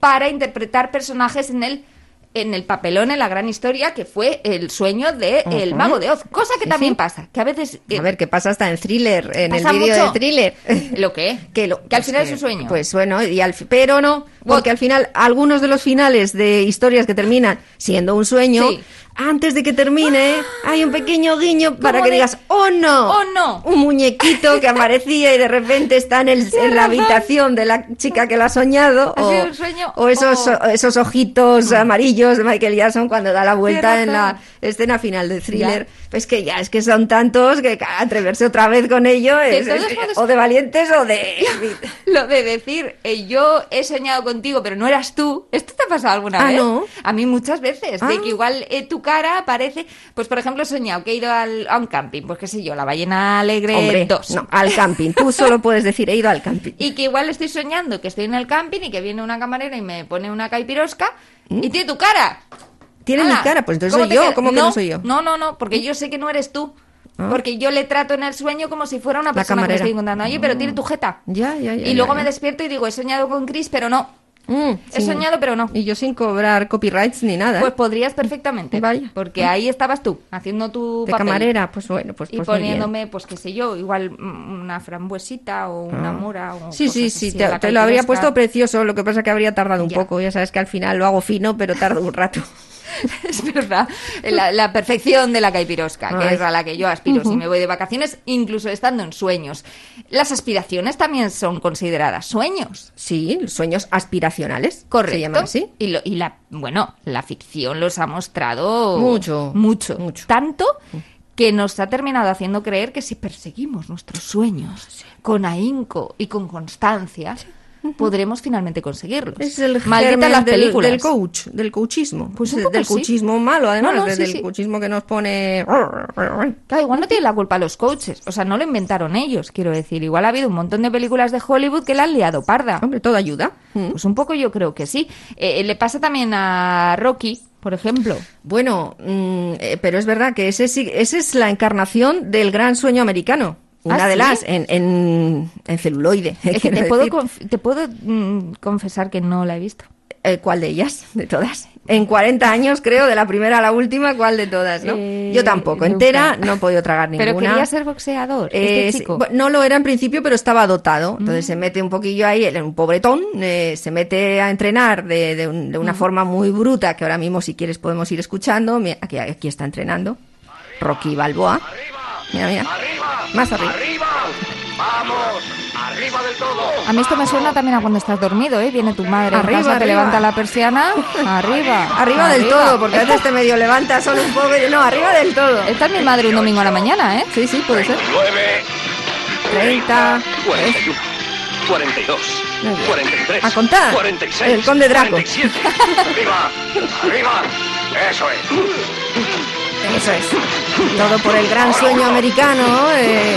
Speaker 3: para interpretar personajes en el en el papelón en la gran historia que fue el sueño de el
Speaker 2: Ujú.
Speaker 3: mago de Oz, cosa que
Speaker 2: Sí,
Speaker 3: también
Speaker 2: sí.
Speaker 3: pasa, que a veces eh,
Speaker 2: A ver, ¿qué pasa hasta en thriller? En el
Speaker 3: Pasa
Speaker 2: vídeo
Speaker 3: mucho.
Speaker 2: de thriller.
Speaker 3: eh, lo que es,
Speaker 2: Que, lo-
Speaker 3: que al
Speaker 2: pues
Speaker 3: final
Speaker 2: que-
Speaker 3: es un sueño.
Speaker 2: Pues bueno, y al, fi- pero no, porque
Speaker 3: Ot-
Speaker 2: al final algunos de los finales de historias que terminan siendo un sueño,
Speaker 3: Sí.
Speaker 2: antes de que termine, hay un pequeño guiño para
Speaker 3: Como
Speaker 2: que
Speaker 3: de-
Speaker 2: digas, oh no,
Speaker 3: ¡Oh, no!
Speaker 2: un muñequito que aparecía y de repente está en, el- en la
Speaker 3: razón.
Speaker 2: habitación de la chica que lo ha soñado,
Speaker 3: Ha
Speaker 2: o,
Speaker 3: sido un sueño, oh. Mm.
Speaker 2: o esos,
Speaker 3: o-
Speaker 2: esos ojitos amarillos de Michael Jackson cuando da la vuelta
Speaker 3: Tienes
Speaker 2: en
Speaker 3: razón.
Speaker 2: la escena final de thriller. Pues que ya, es que son tantos que ca- atreverse otra vez con ello
Speaker 3: De
Speaker 2: es-
Speaker 3: todos
Speaker 2: es-
Speaker 3: modos-
Speaker 2: ¿eh? o de valientes o de...
Speaker 3: Lo de decir, eh, yo he soñado contigo, pero no eras tú. ¿Esto te ha pasado alguna
Speaker 2: Ah,
Speaker 3: vez?
Speaker 2: no.
Speaker 3: A mí muchas veces.
Speaker 2: Ah.
Speaker 3: De que igual eh, tu cara aparece. Pues, por ejemplo, he soñado que he ido al- a un camping, pues qué sé yo, la ballena alegre
Speaker 2: Hombre,
Speaker 3: 2.
Speaker 2: no, ah. al camping. Tú solo puedes decir, he ido al camping.
Speaker 3: Y que igual estoy soñando que estoy en el camping y que viene una camarera y me pone una caipirosca y tiene tu cara.
Speaker 2: ¿Mm? ¿Tiene mi
Speaker 3: Ala,
Speaker 2: cara? Pues entonces
Speaker 3: ¿cómo
Speaker 2: soy
Speaker 3: te
Speaker 2: yo.
Speaker 3: queda?
Speaker 2: ¿Cómo que no soy yo? ¿Mm?
Speaker 3: No, no, no, porque yo sé que no eres tú.
Speaker 2: Ah.
Speaker 3: Porque yo le trato en el sueño como si fuera una
Speaker 2: La
Speaker 3: persona que me
Speaker 2: camarera.
Speaker 3: estoy encontrando. Oye, pero tiene tu jeta.
Speaker 2: Ya, ya, ya. Mm,
Speaker 3: Y luego me despierto y digo, he soñado con Chris, pero no. He soñado, pero no.
Speaker 2: Y yo sin cobrar copyrights ni nada. ¿eh?
Speaker 3: Pues podrías perfectamente.
Speaker 2: Vaya.
Speaker 3: Porque ahí estabas tú, haciendo tu
Speaker 2: de
Speaker 3: papel.
Speaker 2: camarera, pues bueno, pues,
Speaker 3: Y
Speaker 2: pues muy bien.
Speaker 3: poniéndome, pues qué sé yo, igual mm, una frambuesita o una
Speaker 2: Ah.
Speaker 3: mora. O
Speaker 2: Sí, sí,
Speaker 3: cosas
Speaker 2: sí,
Speaker 3: así,
Speaker 2: te,
Speaker 3: la
Speaker 2: te lo habría puesto
Speaker 3: caipirosca.
Speaker 2: precioso, lo que pasa que habría tardado un
Speaker 3: Ya.
Speaker 2: poco, ya sabes que al final lo hago fino, pero tardo un rato.
Speaker 3: Es verdad, la, la perfección de la caipirosca, que
Speaker 2: Ay.
Speaker 3: es a la que yo aspiro si me voy de vacaciones, incluso estando en sueños. Las aspiraciones también son consideradas sueños.
Speaker 2: Sí, los sueños aspiracionales,
Speaker 3: Correcto.
Speaker 2: se llaman así.
Speaker 3: Y, lo- y la, bueno, la ficción los ha mostrado
Speaker 2: Mucho,
Speaker 3: mucho,
Speaker 2: mucho.
Speaker 3: tanto que nos ha terminado haciendo creer que si perseguimos nuestros sueños con ahínco y con constancia, podremos finalmente conseguirlos.
Speaker 2: Es el
Speaker 3: Maldita
Speaker 2: germen
Speaker 3: las
Speaker 2: del-
Speaker 3: películas.
Speaker 2: Del, coach, del coachismo.
Speaker 3: Pues un poco
Speaker 2: del
Speaker 3: sí.
Speaker 2: coachismo malo, además,
Speaker 3: No, no,
Speaker 2: de-
Speaker 3: sí,
Speaker 2: del
Speaker 3: sí.
Speaker 2: coachismo que nos pone...
Speaker 3: Claro, igual no tiene la culpa los coaches. O sea, no lo inventaron ellos, quiero decir. Igual ha habido un montón de películas de Hollywood que la han liado parda.
Speaker 2: Hombre, todo ayuda. Mm.
Speaker 3: Pues un poco yo creo que sí. Eh, eh, le pasa también a Rocky, por ejemplo.
Speaker 2: Bueno, mm, eh, pero es verdad que ese sí, esa es la encarnación del gran sueño americano.
Speaker 3: ¿Ah,
Speaker 2: Una de
Speaker 3: sí?
Speaker 2: las en, en, en celuloide.
Speaker 3: Es que
Speaker 2: quiero
Speaker 3: te puedo,
Speaker 2: decir.
Speaker 3: conf- te puedo mm, confesar que no la he visto.
Speaker 2: Eh, ¿Cuál de ellas? De todas. En 40 años, creo, de la primera a la última, ¿cuál de todas? ¿no?
Speaker 3: Eh,
Speaker 2: Yo tampoco.
Speaker 3: nunca.
Speaker 2: Entera, no he podido tragar ninguna.
Speaker 3: Pero quería ser boxeador, este
Speaker 2: Eh, sí,
Speaker 3: chico.
Speaker 2: bueno, no lo era en principio, pero estaba dotado. Entonces se mete un poquillo ahí, era un pobretón, eh, se mete a entrenar de, de un- de una forma muy bruta, que ahora mismo, si quieres, podemos ir escuchando. Mira, aquí, aquí está entrenando Rocky Balboa. Mira, mira. Más arriba.
Speaker 3: A mí esto me suena también a cuando estás dormido, ¿eh? Viene tu madre, en
Speaker 2: Arriba,
Speaker 3: casa, te
Speaker 2: arriba.
Speaker 3: levanta la persiana, arriba.
Speaker 2: Arriba del todo, porque a veces te medio levantas solo un poco y no, arriba del todo.
Speaker 3: Esta es mi madre un domingo a la mañana, ¿eh?
Speaker 2: Sí, sí, puede ser.
Speaker 10: 9,
Speaker 2: 30.
Speaker 10: 41, 42,
Speaker 2: Muy bien.
Speaker 10: 43.
Speaker 2: A contar.
Speaker 10: 46.
Speaker 2: El conde Draco.
Speaker 10: 47. arriba, arriba. Eso es.
Speaker 2: Eso es. Todo por el gran sueño americano, eh,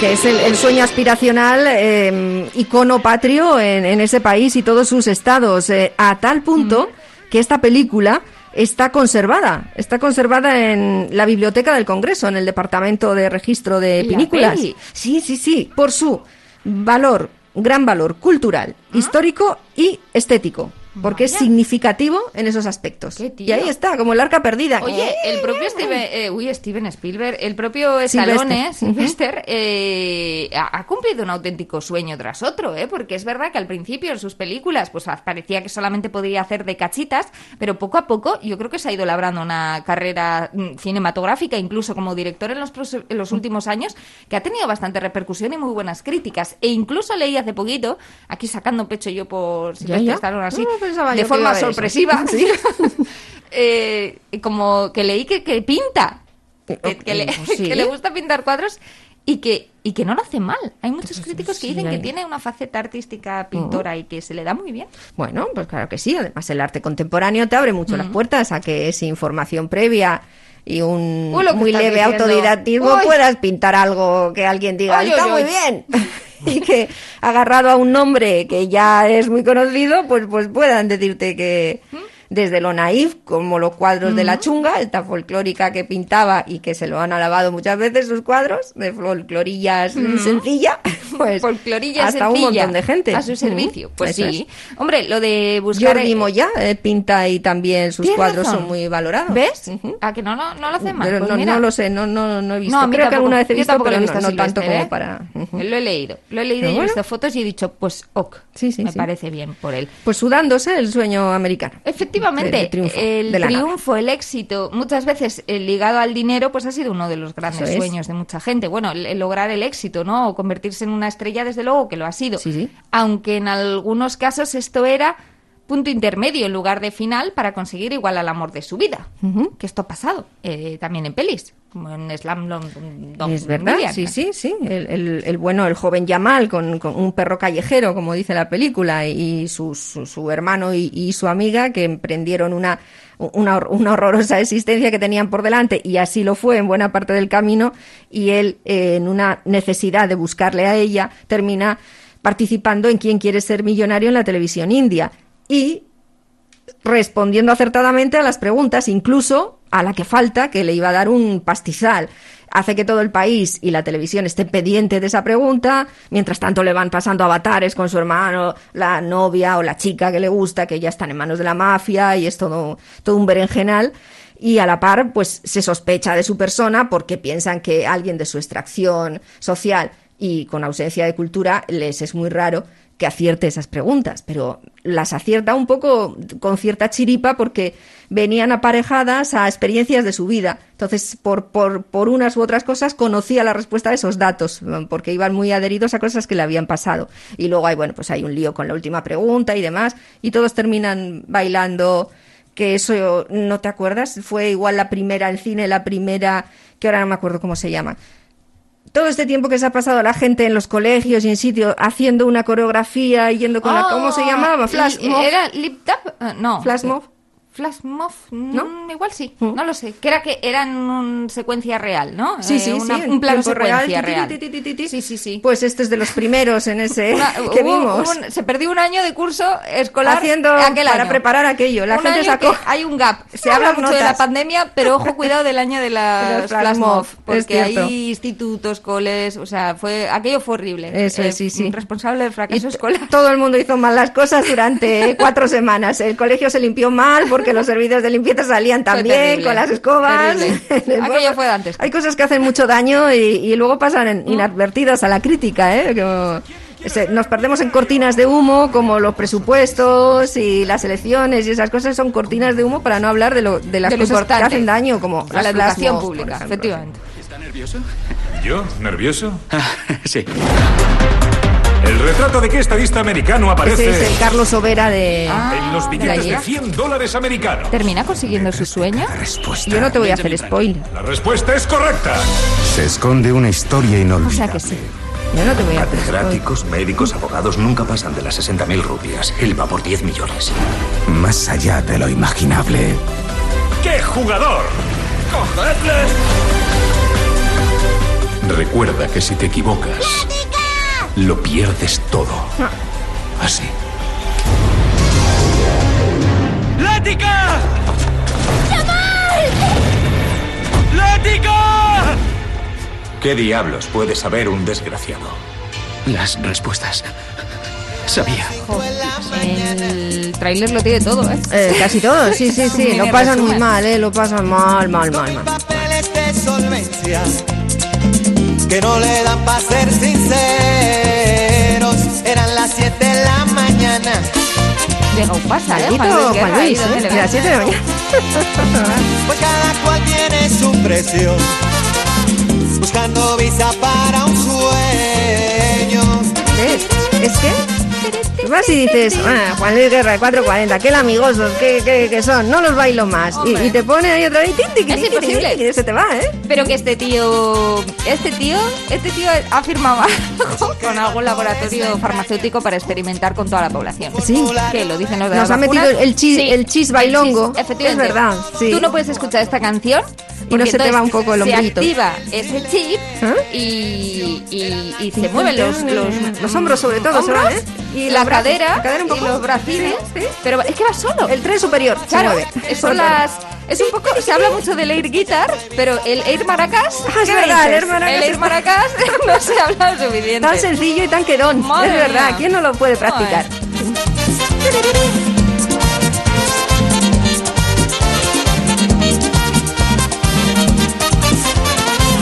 Speaker 2: que es el, el sueño aspiracional, eh, icono patrio en, en ese país y todos sus estados, eh, a tal punto
Speaker 3: Mm.
Speaker 2: que esta película está conservada, está conservada en la biblioteca del Congreso, en el Departamento de Registro de
Speaker 3: La
Speaker 2: Pinículas.
Speaker 3: peli.
Speaker 2: Sí, sí, sí, por su valor, gran valor cultural, histórico y estético. porque es significativo en esos aspectos. Y ahí está, como el arca perdida.
Speaker 3: Oye, el propio Steven, eh, uy, Steven Spielberg, el propio Stallone,
Speaker 2: Sylvester.
Speaker 3: Sylvester, eh, ha, ha cumplido un auténtico sueño tras otro, ¿eh? Porque es verdad que al principio en sus películas, pues a- parecía que solamente podía hacer de cachitas, pero poco a poco yo creo que se ha ido labrando una carrera mm, cinematográfica, incluso como director en los, pros- en los últimos años, que ha tenido bastante repercusión y muy buenas críticas. E incluso leí hace poquito, aquí sacando pecho yo por
Speaker 2: Ya,
Speaker 3: Sylvester
Speaker 2: ya.
Speaker 3: Stallone así,
Speaker 2: No lo pensaba
Speaker 3: de
Speaker 2: yo que iba
Speaker 3: forma
Speaker 2: a ver eso.
Speaker 3: sorpresiva,
Speaker 2: Sí.
Speaker 3: eh, como que leí que, que pinta, que, que le,
Speaker 2: Oh, eh, pues Sí.
Speaker 3: que le gusta pintar cuadros y que, y que no lo hace mal. Hay muchos críticos que
Speaker 2: Pues sí,
Speaker 3: dicen que
Speaker 2: hay- Oh.
Speaker 3: tiene una faceta artística pintora y que se le da muy bien.
Speaker 2: Bueno, pues claro que sí. Además, el arte contemporáneo te abre mucho las puertas a que sin formación previa y un
Speaker 3: Uy, lo que
Speaker 2: muy
Speaker 3: estás
Speaker 2: leve
Speaker 3: diciendo.
Speaker 2: autodidactismo
Speaker 3: Uy.
Speaker 2: puedas pintar algo que alguien diga,
Speaker 3: Ay,
Speaker 2: está
Speaker 3: ay,
Speaker 2: muy
Speaker 3: ay".
Speaker 2: bien. y que agarrado a un nombre que ya es muy conocido, pues, pues puedan decirte que
Speaker 3: ¿Mm?
Speaker 2: desde lo naif, como los cuadros de la chunga, esta folclórica que pintaba y que se lo han alabado muchas veces sus cuadros, de folclorillas
Speaker 3: Ujú.
Speaker 2: sencilla, pues
Speaker 3: Folclorilla
Speaker 2: hasta un
Speaker 3: ¿Mm? sencilla,
Speaker 2: montón de gente.
Speaker 3: a su servicio.
Speaker 2: Ujú.
Speaker 3: Pues
Speaker 2: Eso
Speaker 3: sí.
Speaker 2: es.
Speaker 3: Hombre, lo de buscar
Speaker 2: Jordi Pues Moya eh, pinta y también sus
Speaker 3: Tienes
Speaker 2: cuadros
Speaker 3: razón.
Speaker 2: son muy valorados.
Speaker 3: ¿Ves? A que no lo, no lo hace mal.
Speaker 2: Pero
Speaker 3: Pues
Speaker 2: no,
Speaker 3: mira.
Speaker 2: no lo sé, no, no, no he visto.
Speaker 3: No, a mí
Speaker 2: Creo que
Speaker 3: tampoco.
Speaker 2: alguna vez he
Speaker 3: Yo
Speaker 2: visto,
Speaker 3: tampoco
Speaker 2: pero
Speaker 3: lo he
Speaker 2: no,
Speaker 3: visto a
Speaker 2: no tanto
Speaker 3: Silvestre,
Speaker 2: como
Speaker 3: ¿eh?
Speaker 2: para... Ujú.
Speaker 3: Lo he leído. Lo he leído
Speaker 2: Pero
Speaker 3: y he
Speaker 2: bueno.
Speaker 3: visto fotos y he dicho, pues ok.
Speaker 2: Sí, sí,
Speaker 3: me
Speaker 2: sí.
Speaker 3: parece bien por él.
Speaker 2: Pues sudándose el sueño americano.
Speaker 3: Efectivamente,
Speaker 2: El triunfo
Speaker 3: el
Speaker 2: de la
Speaker 3: triunfo, el éxito, muchas veces eh, ligado al dinero, pues ha sido uno de los grandes
Speaker 2: Eso es.
Speaker 3: sueños de mucha gente. Bueno, el- el lograr el éxito, ¿no? O convertirse en una estrella, desde luego que lo ha sido.
Speaker 2: Sí, sí.
Speaker 3: Aunque en algunos casos esto era punto intermedio en lugar de final para conseguir igual al amor de su vida.
Speaker 2: Ujú.
Speaker 3: Que esto ha pasado eh, también en pelis, como en Slam
Speaker 2: Es verdad, sí, sí, sí. El, el- el bueno, el joven Yamal con, con un perro callejero, como dice la película, y su, su, su hermano y, y su amiga que emprendieron una, una, hor- una horrorosa existencia que tenían por delante, y así lo fue en buena parte del camino, y él, eh, en una necesidad de buscarle a ella, termina participando en Quién quiere ser millonario en la televisión india. Y respondiendo acertadamente a las preguntas, incluso a la que falta, que le iba a dar un pastizal. Hace que todo el país y la televisión esté pendiente de esa pregunta, mientras tanto le van pasando avatares con su hermano, la novia o la chica que le gusta, que ya están en manos de la mafia y es todo, todo un berenjenal. Y a la par, pues se sospecha de su persona porque piensan que alguien de su extracción social y con ausencia de cultura les es muy raro que acierte esas preguntas, pero las acierta un poco con cierta chiripa porque venían aparejadas a experiencias de su vida. Entonces, por, por, por unas u otras cosas, conocía la respuesta de esos datos, porque iban muy adheridos a cosas que le habían pasado. Y luego hay, bueno, pues hay un lío con la última pregunta y demás, y todos terminan bailando que eso no te acuerdas, fue igual la primera en cine, la primera, que ahora no me acuerdo cómo se llama. Todo este tiempo que se ha pasado la gente en los colegios y en sitios haciendo una coreografía, yendo con la... ¿Cómo se llamaba? Flash mob.
Speaker 3: Ah, ¿Era Lip Tap? Eh, no.
Speaker 2: Flash mob.
Speaker 3: Flash Mob,
Speaker 2: ¿No?
Speaker 3: mm, igual sí, no lo sé. Que era que eran un secuencia real, ¿no?
Speaker 2: Sí,
Speaker 3: Eh,
Speaker 2: sí,
Speaker 3: una-
Speaker 2: sí, en
Speaker 3: Un plano
Speaker 2: tiempo real,
Speaker 3: secuencia
Speaker 2: ti, ti,
Speaker 3: real.
Speaker 2: ti,
Speaker 3: Sí, sí, sí.
Speaker 2: Pues este es de los primeros en ese
Speaker 3: Una-
Speaker 2: que
Speaker 3: hubo-
Speaker 2: vimos.
Speaker 3: hubo un- se perdió un año de curso escolar
Speaker 2: Haciendo
Speaker 3: aquel
Speaker 2: para
Speaker 3: año.
Speaker 2: preparar aquello. La
Speaker 3: Un
Speaker 2: gente
Speaker 3: año
Speaker 2: sacó-
Speaker 3: que Hay un gap. Se
Speaker 2: Unas
Speaker 3: habla mucho de la
Speaker 2: notas.
Speaker 3: pandemia, pero ojo, cuidado del año de
Speaker 2: De
Speaker 3: las
Speaker 2: los flash
Speaker 3: flash
Speaker 2: mob,
Speaker 3: mob,
Speaker 2: es
Speaker 3: porque
Speaker 2: cierto.
Speaker 3: hay institutos, coles, o sea, fue aquello fue horrible. Eh,
Speaker 2: Eso es, sí, sí.
Speaker 3: Responsable del
Speaker 2: Y
Speaker 3: fracaso
Speaker 2: t-
Speaker 3: escolar.
Speaker 2: todo el mundo hizo mal las cosas durante cuatro semanas. El colegio se limpió mal porque los servicios de limpieza salían
Speaker 3: Fue
Speaker 2: también
Speaker 3: terrible,
Speaker 2: con las escobas.
Speaker 3: terrible. Aquello fue de antes. Mm.
Speaker 2: Hay cosas que hacen mucho daño y, y luego pasan en- inadvertidas a la crítica. ¿eh? Como- se- nos perdemos en cortinas de humo, como los presupuestos y las elecciones y esas cosas son cortinas de humo para no hablar de, lo, de las
Speaker 3: De lo
Speaker 2: cosas
Speaker 3: importante.
Speaker 2: que hacen daño, como
Speaker 3: A la
Speaker 2: las flash
Speaker 3: educación
Speaker 2: mobs, por
Speaker 3: pública,
Speaker 2: ejemplo.
Speaker 3: efectivamente.
Speaker 10: ¿Está nervioso?
Speaker 11: ¿Yo? ¿Nervioso?
Speaker 10: sí.
Speaker 11: El retrato de qué estadista americano
Speaker 2: Ese
Speaker 11: aparece
Speaker 2: es el Carlos Sobera de...
Speaker 3: Ah,
Speaker 11: Ah, en los
Speaker 2: de
Speaker 11: billetes de
Speaker 2: ayer.
Speaker 11: 100 dólares americanos.
Speaker 3: ¿Termina consiguiendo su sueño?
Speaker 2: Yo no
Speaker 3: pues
Speaker 2: te voy a hacer spoiler.
Speaker 11: La respuesta es correcta.
Speaker 12: Se esconde una historia
Speaker 2: O
Speaker 12: inolvidable.
Speaker 2: sea que sí. Yo no te voy a hacer spoiler.
Speaker 13: Catedráticos, médicos, abogados nunca pasan de las 60.000 rupias. Él va por 10 millones.
Speaker 12: Más allá de lo imaginable.
Speaker 11: ¡Qué jugador! ¡Cogedles!
Speaker 13: Recuerda que si te equivocas, lo pierdes todo. Así.
Speaker 10: ¡Lática! ¡Lática!
Speaker 13: ¿Qué diablos puede saber un desgraciado? Las respuestas.
Speaker 10: Sabía.
Speaker 3: El tráiler lo tiene todo, ¿eh?
Speaker 2: Eh, casi todo, sí, sí, sí. Lo pasan muy mal, ¿eh? Lo pasan mal, mal, mal, mal.
Speaker 9: papeles de solvencia que no le dan para ser sinceros. Eran las 7 de la mañana.
Speaker 3: Llega un pasa, ¿eh?
Speaker 2: Maldito
Speaker 3: Juan Luis Guerra,
Speaker 2: Juan Luis,
Speaker 3: ahí donde
Speaker 2: ¿eh?
Speaker 3: le
Speaker 2: Las
Speaker 3: ves.
Speaker 2: siete de la mañana.
Speaker 9: Pues cada cual tiene su precio. Buscando visa para un sueño.
Speaker 2: ¿Ves? ¿Eh? Es que. Vas y dices, ah, Juan Luis Guerra, 440, qué lamigosos, qué, qué, qué son, no los bailo más. Y,
Speaker 3: Hombre.
Speaker 2: y te pone ahí otra vez, tin, tiqui,
Speaker 3: Es
Speaker 2: tiqui, tiqui,
Speaker 3: imposible.
Speaker 2: tiqui, se te va, ¿eh?
Speaker 3: Pero que este tío, este tío, este tío ha firmado algo con algún laboratorio farmacéutico para experimentar con toda la población.
Speaker 2: Sí.
Speaker 3: que lo dicen los de
Speaker 2: Nos
Speaker 3: la
Speaker 2: ha
Speaker 3: vacuna.
Speaker 2: metido el chis- el chis bailongo.
Speaker 3: chis, efectivamente.
Speaker 2: Es verdad, sí.
Speaker 3: Tú no puedes escuchar esta canción.
Speaker 2: Y no
Speaker 3: porque
Speaker 2: se te
Speaker 3: entonces
Speaker 2: va un poco el ¿Ah?
Speaker 3: Se
Speaker 2: hombrito.
Speaker 3: activa ese chip y, y- y se mueven los, los,
Speaker 2: Los hombros sobre todo, se
Speaker 3: hombros,
Speaker 2: van, ¿eh? Y
Speaker 3: la
Speaker 2: los brazos,
Speaker 3: cadera,
Speaker 2: la cadera un poco.
Speaker 3: y los bracines.
Speaker 2: Sí, sí.
Speaker 3: Pero es que va solo.
Speaker 2: ¿eh? El tren superior se
Speaker 3: Claro,
Speaker 2: mueve.
Speaker 3: son las. Es un poco. Se habla mucho del air guitar, pero el air maracas.
Speaker 2: Ah, es
Speaker 3: ¿qué
Speaker 2: verdad, el
Speaker 3: dices?
Speaker 2: air maracas
Speaker 3: El air
Speaker 2: está-
Speaker 3: maracas no se ha hablado suficiente.
Speaker 2: Tan sencillo y tan quedón.
Speaker 3: Madre
Speaker 2: es verdad,
Speaker 3: mía.
Speaker 2: ¿quién no lo puede practicar?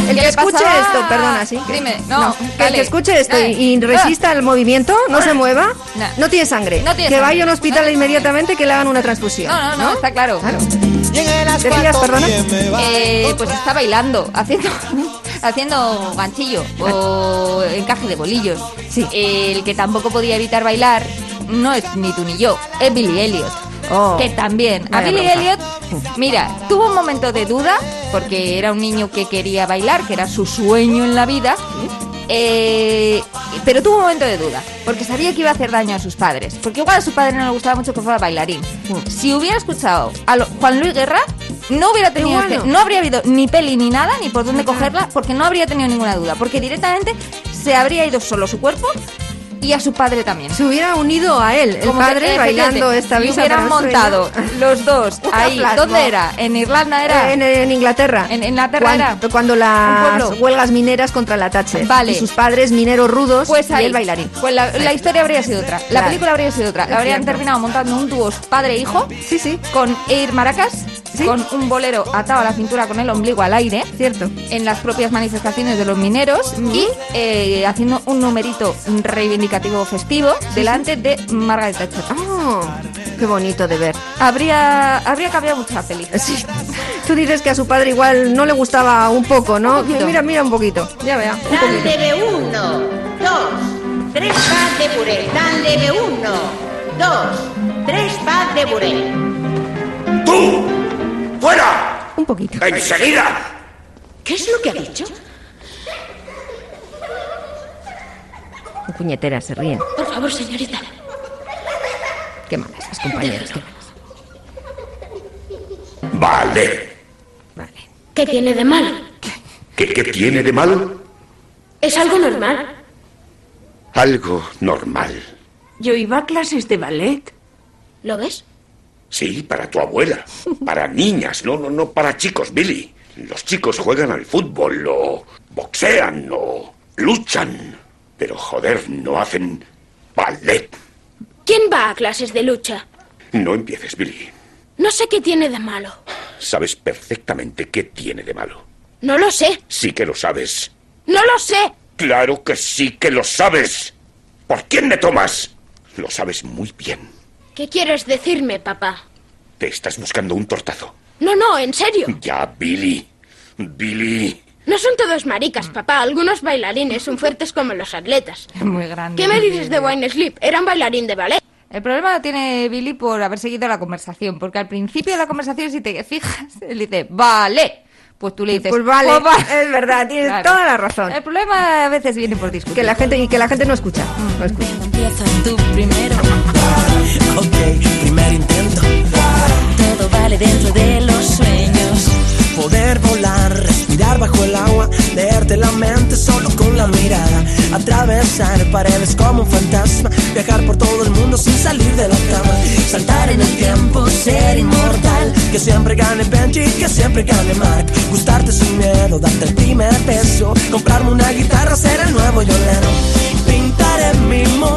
Speaker 2: El
Speaker 3: ¿Qué
Speaker 2: que
Speaker 3: le pasa?
Speaker 2: escuche esto, perdona, sí. que-
Speaker 3: Dime, no,
Speaker 2: que el
Speaker 3: dale.
Speaker 2: que escuche esto y-
Speaker 3: Dale. Ah.
Speaker 2: y resista el movimiento, no se mueva,
Speaker 3: No.
Speaker 2: no tiene sangre.
Speaker 3: No tiene
Speaker 2: que
Speaker 3: sangre.
Speaker 2: vaya a un hospital inmediatamente que le hagan una transfusión.
Speaker 3: No, no, no, está claro.
Speaker 2: Decías, perdona.
Speaker 3: Eh, pues está bailando, haciendo, haciendo ganchillo o encaje de bolillos. El que tampoco podía evitar bailar no es ni tú ni yo, es Billy Elliot.
Speaker 2: Oh.
Speaker 3: que también. A
Speaker 2: Vaya
Speaker 3: Billy
Speaker 2: bronca.
Speaker 3: Elliot, mira, tuvo un momento de duda porque era un niño que quería bailar, que era su sueño en la vida. eh, pero tuvo un momento de duda, porque sabía que iba a hacer daño a sus padres, porque igual a su padre no le gustaba mucho que fuera bailarín. Si hubiera escuchado a lo- Juan Luis Guerra, no hubiera tenido,
Speaker 2: Igual
Speaker 3: este-
Speaker 2: no.
Speaker 3: no habría habido ni peli ni nada, ni por dónde cogerla, porque no habría tenido ninguna duda, porque directamente se habría ido solo su cuerpo y a su padre también
Speaker 2: Se hubiera unido a él, el
Speaker 3: como
Speaker 2: padre
Speaker 3: que, eh,
Speaker 2: bailando
Speaker 3: fíjate,
Speaker 2: esta
Speaker 3: y
Speaker 2: visa.
Speaker 3: hubieran
Speaker 2: para el sueño.
Speaker 3: montado los dos ahí.
Speaker 2: Plasmo.
Speaker 3: ¿Dónde era? ¿En Irlanda era?
Speaker 2: Eh, En, en Inglaterra.
Speaker 3: En- en Inglaterra
Speaker 2: Cuando-
Speaker 3: era.
Speaker 2: Cuando las
Speaker 3: Un pueblo.
Speaker 2: huelgas mineras contra la Thatcher.
Speaker 3: Vale.
Speaker 2: Y sus padres mineros rudos
Speaker 3: pues ahí.
Speaker 2: y el bailarín.
Speaker 3: Pues la, la historia habría sido otra. La
Speaker 2: Claro.
Speaker 3: película habría sido otra.
Speaker 2: Es
Speaker 3: Habrían
Speaker 2: cierto.
Speaker 3: terminado montando un dúo padre-hijo.
Speaker 2: Sí, sí.
Speaker 3: Con Air Maracas. Con un bolero atado a la cintura con el ombligo al aire.
Speaker 2: Cierto.
Speaker 3: En las propias manifestaciones de los mineros. Y eh, haciendo un numerito reivindicativo festivo delante de Margaret Thatcher.
Speaker 2: Oh, qué bonito de ver.
Speaker 3: Habría, habría cambiado mucho la peli.
Speaker 2: Sí. Tú dices que a su padre igual no le gustaba un poco, ¿no?
Speaker 3: Un poquito.
Speaker 2: mira, mira un poquito. Ya vea. un poquito.
Speaker 14: Dándeme uno, dos, tres pas de puré. Dándeme uno, dos, tres pas de puré.
Speaker 10: ¡Tú! ¡Fuera!
Speaker 2: Un poquito.
Speaker 10: ¡Enseguida!
Speaker 14: ¿Qué es lo que ha dicho?
Speaker 2: Puñeteras se ríen.
Speaker 14: Por favor, señorita.
Speaker 2: Qué malas las compañeras. qué malas.
Speaker 11: Vale.
Speaker 14: ¿Qué tiene de malo?
Speaker 11: ¿Qué, qué tiene de malo?
Speaker 14: Es algo normal.
Speaker 11: Algo normal.
Speaker 14: Yo iba a clases de ballet. ¿Lo ves?
Speaker 11: Sí, para tu abuela. Para niñas, no, no, no para chicos, Billy. Los chicos juegan al fútbol, o boxean, o luchan. Pero joder, no hacen ballet.
Speaker 14: ¿Quién va a clases de lucha?
Speaker 11: No empieces, Billy.
Speaker 14: No sé qué tiene de malo.
Speaker 11: Sabes perfectamente qué tiene de malo.
Speaker 14: No lo sé.
Speaker 11: Sí que lo sabes.
Speaker 14: No lo sé.
Speaker 11: Claro que sí que lo sabes. ¿Por quién me tomas? Lo sabes muy bien.
Speaker 14: ¿Qué quieres decirme, papá?
Speaker 11: Te estás buscando un tortazo.
Speaker 14: No, no, en serio.
Speaker 11: Ya, Billy. Billy.
Speaker 14: No son todos maricas, papá. Algunos bailarines son fuertes como los atletas.
Speaker 3: Muy grande.
Speaker 14: ¿Qué me dices de Wine Sleep? Era un bailarín de ballet.
Speaker 3: El problema lo tiene Billy por haber seguido la conversación, porque al principio de la conversación, si te fijas, él dice, vale. Pues tú le dices,
Speaker 2: Pues vale,
Speaker 3: "Pues va".
Speaker 2: es verdad, tienes
Speaker 3: Claro.
Speaker 2: toda la razón.
Speaker 3: El problema a veces viene por discutir.
Speaker 2: Que la gente, y que la gente no escucha. No escucha.
Speaker 15: tú primero.
Speaker 9: Ok, primer intento.
Speaker 15: Todo vale dentro de los sueños.
Speaker 9: Poder volar, respirar bajo el agua, leerte la mente solo con la mirada, atravesar paredes como un fantasma, viajar por todo el mundo sin salir de la cama, saltar en el tiempo, ser inmortal, que siempre gane Benji, que siempre gane Mark, gustarte sin miedo, darte el primer beso, comprarme una guitarra, ser el nuevo Yolano, pintar en mi mundo,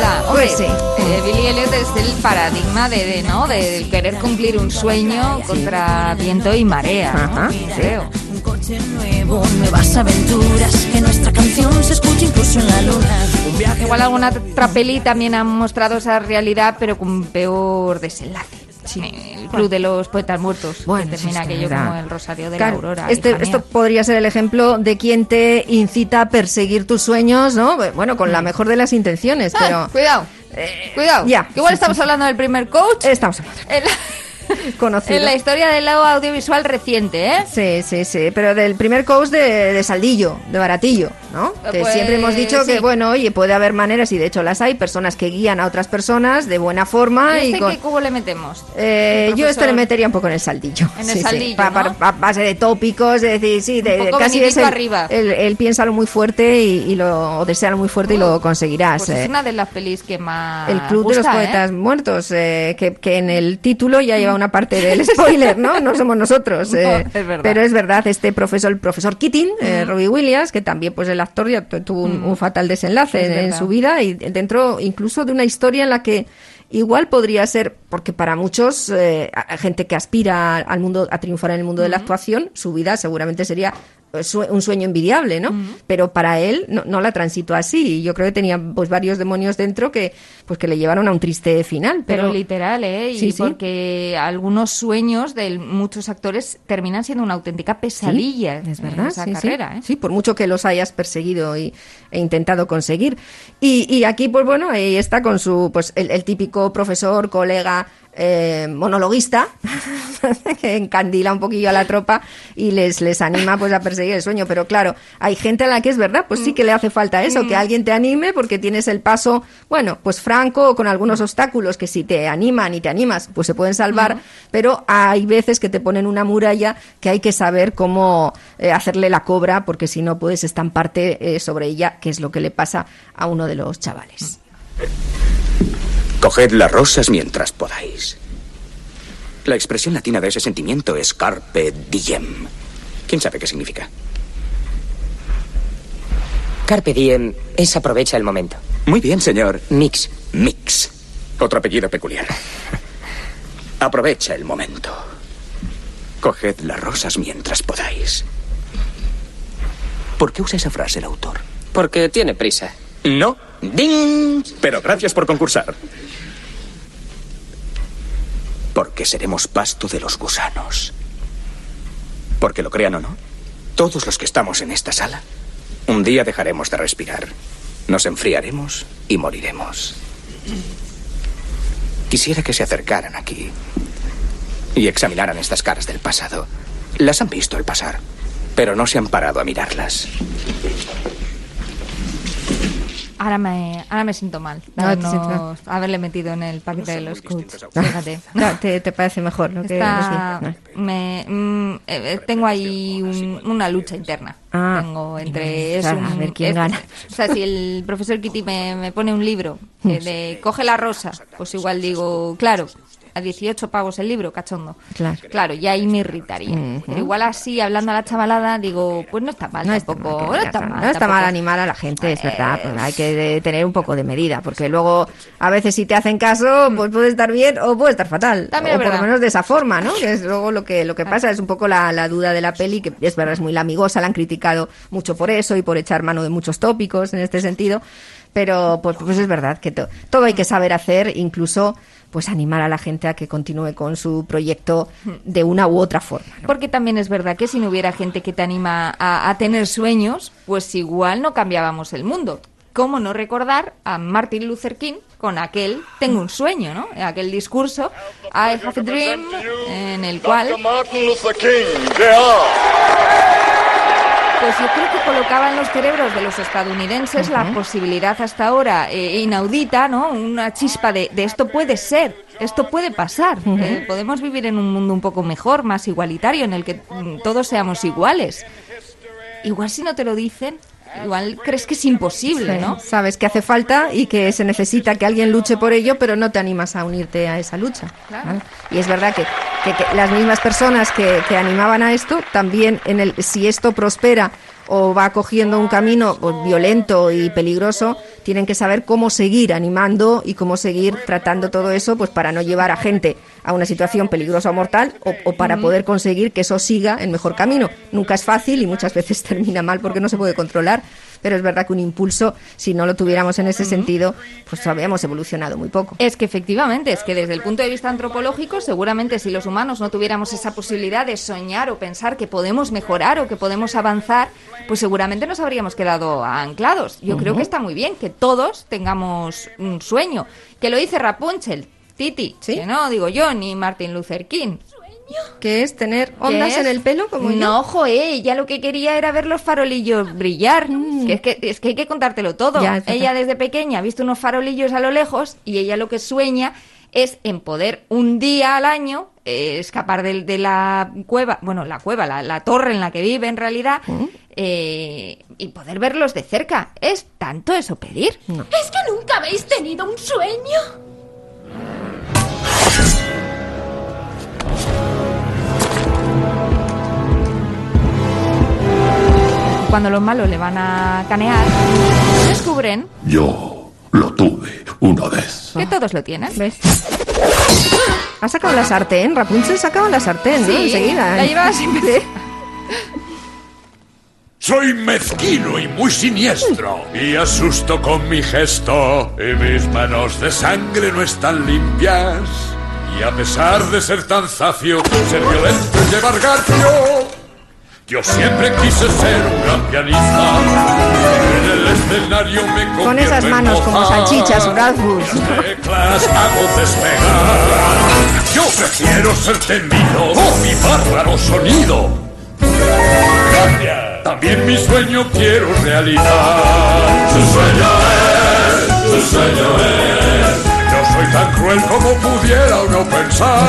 Speaker 3: Ah,
Speaker 2: Pues
Speaker 3: eh, tema de, de, ¿no? de querer cumplir un sueño contra viento y marea, ¿no?
Speaker 2: Ajá, sí.
Speaker 3: creo.
Speaker 15: Un coche nuevo, nuevas aventuras, que nuestra canción se escuche incluso en la luna. Un viaje
Speaker 3: Igual alguna otra peli también han mostrado esa realidad, pero con peor desenlace. El Club de los Poetas Muertos, que termina
Speaker 2: sí,
Speaker 3: aquello
Speaker 2: verdad.
Speaker 3: como el Rosario de
Speaker 2: Claro,
Speaker 3: la Aurora.
Speaker 2: este-
Speaker 3: hija mía.
Speaker 2: esto podría ser el ejemplo de quien te incita a perseguir tus sueños, ¿no? Bueno, con la mejor de las intenciones,
Speaker 3: Ah,
Speaker 2: pero eh,
Speaker 3: Cuidado, cuidado.
Speaker 2: ya.
Speaker 3: Que igual estamos hablando del primer coach.
Speaker 2: Estamos hablando.
Speaker 3: En la,
Speaker 2: conocido.
Speaker 3: en la historia del lado audiovisual reciente, ¿eh?
Speaker 2: Sí, sí, sí, pero del primer coach de, de Saldillo, de Baratillo, ¿no?
Speaker 3: Eh,
Speaker 2: Que
Speaker 3: pues,
Speaker 2: siempre hemos dicho
Speaker 3: sí.
Speaker 2: que, bueno, oye, puede haber maneras, y de hecho las hay, personas que guían a otras personas de buena forma
Speaker 3: ¿Y
Speaker 2: y,
Speaker 3: este
Speaker 2: con...
Speaker 3: qué cubo le metemos?
Speaker 2: Eh, yo este
Speaker 3: Profesor.
Speaker 2: le metería un poco en el saldillo.
Speaker 3: En el saldillo,
Speaker 2: Pa- pa-
Speaker 3: ¿no?
Speaker 2: pa- base de tópicos, es decir, sí, de-
Speaker 3: Un poco
Speaker 2: casi es
Speaker 3: Benedicto
Speaker 2: el,
Speaker 3: arriba.
Speaker 2: el- el piénsalo muy fuerte y, y lo o deséalo muy fuerte y lo conseguirás.
Speaker 3: Pues
Speaker 2: eh.
Speaker 3: es una de las pelis que más.
Speaker 2: El Club de
Speaker 3: gusta,
Speaker 2: los Poetas
Speaker 3: ¿eh?
Speaker 2: Muertos, eh, que, que en el título ya lleva una parte del spoiler, ¿no? No somos nosotros.
Speaker 3: No,
Speaker 2: eh,
Speaker 3: es verdad.
Speaker 2: Pero es verdad, este profesor, el profesor Keating, eh, Robbie Williams, que también pues el actor ya tu- tuvo un, un fatal desenlace
Speaker 3: Es
Speaker 2: en, en
Speaker 3: verdad.
Speaker 2: su vida y dentro incluso de una historia en la que igual podría ser, porque para muchos, eh, a- a gente que aspira al mundo, a triunfar en el mundo de la actuación, su vida seguramente sería eh, sue- un sueño envidiable, ¿no? Pero para él no, no la transitó así. Y yo creo que tenía pues varios demonios dentro que pues que le llevaron a un triste final.
Speaker 3: Pero,
Speaker 2: Pero,
Speaker 3: literal, ¿eh? Y
Speaker 2: Sí, sí.
Speaker 3: porque algunos sueños de muchos actores terminan siendo una auténtica pesadilla.
Speaker 2: es
Speaker 3: ¿eh? en
Speaker 2: verdad,
Speaker 3: Esa
Speaker 2: sí, sí.
Speaker 3: carrera, ¿eh?
Speaker 2: Sí, por mucho que los hayas perseguido y, e intentado conseguir. Y, y aquí, pues bueno, ahí está con su, pues el, el típico profesor, colega, eh, monologuista, que encandila un poquillo a la tropa y les, les anima pues a perseguir el sueño. Pero claro, hay gente a la que es verdad, pues sí que le hace falta eso, que alguien te anime porque tienes el paso, bueno, pues franco, con algunos obstáculos que si te animan y te animas, pues se pueden salvar, pero hay veces que te ponen una muralla que hay que saber cómo eh, hacerle la cobra porque si no puedes estamparte eh, sobre ella, que es lo que le pasa a uno de los chavales.
Speaker 16: Coged las rosas mientras podáis. La expresión latina de ese sentimiento es carpe diem. ¿Quién sabe qué significa?
Speaker 17: Carpe diem es aprovecha el momento.
Speaker 16: Muy bien, señor. Mix. Mix. Otro apellido peculiar. Aprovecha el momento. Coged las rosas mientras podáis. ¿Por qué usa esa frase el autor?
Speaker 17: Porque tiene prisa.
Speaker 16: No. ¡Ding! Pero gracias por concursar. Porque seremos pasto de los gusanos. Porque lo crean o no, todos los que estamos en esta sala, un día dejaremos de respirar. Nos enfriaremos y moriremos. Quisiera que se acercaran aquí y examinaran estas caras del pasado. Las han visto al pasar, pero no se han parado a mirarlas.
Speaker 3: Ahora me, ahora me siento mal. de
Speaker 2: No, te
Speaker 3: habernos-
Speaker 2: sientes mal.
Speaker 3: haberle metido en el paquete de los coaches. Fíjate.
Speaker 2: Ah, ¿Te, te parece mejor lo que
Speaker 3: Mm. Está-
Speaker 2: sí.
Speaker 3: me- mm, eh, eh, tengo ahí un- una lucha interna.
Speaker 2: Ah.
Speaker 3: tengo entre
Speaker 2: Claro,
Speaker 3: es
Speaker 2: a
Speaker 3: un-
Speaker 2: ver quién
Speaker 3: es-
Speaker 2: gana.
Speaker 3: O sea, si el profesor Kitty me, me pone un libro eh, de coge la rosa, pues igual digo, claro, a 18 pavos el libro, cachondo.
Speaker 2: Claro.
Speaker 3: Claro, ya ahí me irritaría.
Speaker 2: Ujú.
Speaker 3: Pero igual así, hablando a la chavalada, digo, pues no está mal tampoco.
Speaker 2: No está, mal, no está mal
Speaker 3: tampoco.
Speaker 2: animar a la gente, es verdad. pues hay que eh, tener un poco de medida, porque luego a veces si te hacen caso, pues puede estar bien o puede estar fatal.
Speaker 3: También es
Speaker 2: o por lo
Speaker 3: verdad.
Speaker 2: menos de esa forma, ¿no? Que es luego lo que, lo que pasa, es un poco la, la duda de la peli, que es verdad, es muy lamigosa, la han criticado mucho por eso y por echar mano de muchos tópicos en este sentido. Pero pues, pues es verdad que to- todo hay que saber hacer, incluso pues animar a la gente a que continúe con su proyecto de una u otra forma.
Speaker 3: Porque también es verdad que si no hubiera gente que te anima a, a tener sueños, pues igual no cambiábamos el mundo. ¿Cómo no recordar a Martin Luther King con aquel Tengo un sueño, ¿no? Aquel discurso I have a dream en el cual
Speaker 10: Martin Luther King, yeah.
Speaker 3: pues yo creo que colocaba en los cerebros de los estadounidenses la posibilidad hasta ahora eh, inaudita, ¿no? Una chispa de, de esto puede ser, esto puede pasar. ¿eh? Podemos vivir en un mundo un poco mejor, más igualitario, en el que mm, todos seamos iguales. Igual si no te lo dicen, igual crees que es imposible,
Speaker 2: Sí,
Speaker 3: ¿no?
Speaker 2: Sabes que hace falta y que se necesita que alguien luche por ello, pero no te animas a unirte a esa lucha.
Speaker 3: Claro.
Speaker 2: ¿vale? Y es verdad que, que- que las mismas personas que, que animaban a esto, también en el si esto prospera o va cogiendo un camino pues, violento y peligroso, tienen que saber cómo seguir animando y cómo seguir tratando todo eso pues para no llevar a gente a una situación peligrosa o mortal o, o para poder conseguir que eso siga el mejor camino. Nunca es fácil y muchas veces termina mal porque no se puede controlar, pero es verdad que un impulso, si no lo tuviéramos en ese sentido, pues habríamos evolucionado muy poco.
Speaker 3: Es que efectivamente, es que desde el punto de vista antropológico, seguramente si los humanos no tuviéramos esa posibilidad de soñar o pensar que podemos mejorar o que podemos avanzar, pues seguramente nos habríamos quedado anclados. Yo creo que está muy bien que todos tengamos un sueño, que lo dice Rapunzel, Titi, que no digo yo ni Martin Luther King.
Speaker 2: Que es tener ondas
Speaker 3: es?
Speaker 2: en el pelo como yo.
Speaker 3: No, joe, ella lo que quería era ver los farolillos brillar. Que es, que, es que hay que contártelo todo.
Speaker 2: Mm. Ya, es verdad.
Speaker 3: ella desde pequeña ha visto unos farolillos a lo lejos y ella lo que sueña es en poder un día al año eh, escapar del- de, la cueva, bueno, la cueva, la, la torre en la que vive en realidad,
Speaker 2: ¿Mm?
Speaker 3: eh, y poder verlos de cerca. ¿Es tanto eso pedir?
Speaker 18: ¿Es que nunca habéis tenido un sueño?
Speaker 3: Cuando los malos le van a canear, descubren
Speaker 11: Yo lo tuve una vez.
Speaker 3: que todos lo tienen.
Speaker 2: Ha sacado la sartén, Rapunzel sacaba la sartén, ¿no?
Speaker 3: Sí,
Speaker 2: Enseguida. ¿eh?
Speaker 3: la llevaba siempre.
Speaker 10: Soy mezquino y muy siniestro. Y asusto con mi gesto. Y mis manos de sangre no están limpias. Y a pesar de ser tan zafio, ser violento y llevar garfio, yo siempre quise ser un gran pianista. En el escenario me convierto
Speaker 2: Con esas
Speaker 10: en
Speaker 2: manos como
Speaker 10: moza.
Speaker 2: salchichas, Bradford.
Speaker 10: Teclas hago despegar. Yo prefiero ser tendido con mi bárbaro sonido. Gracias. También mi sueño quiero realidad. Su sueño es, su sueño es. No soy tan cruel como pudiera uno pensar.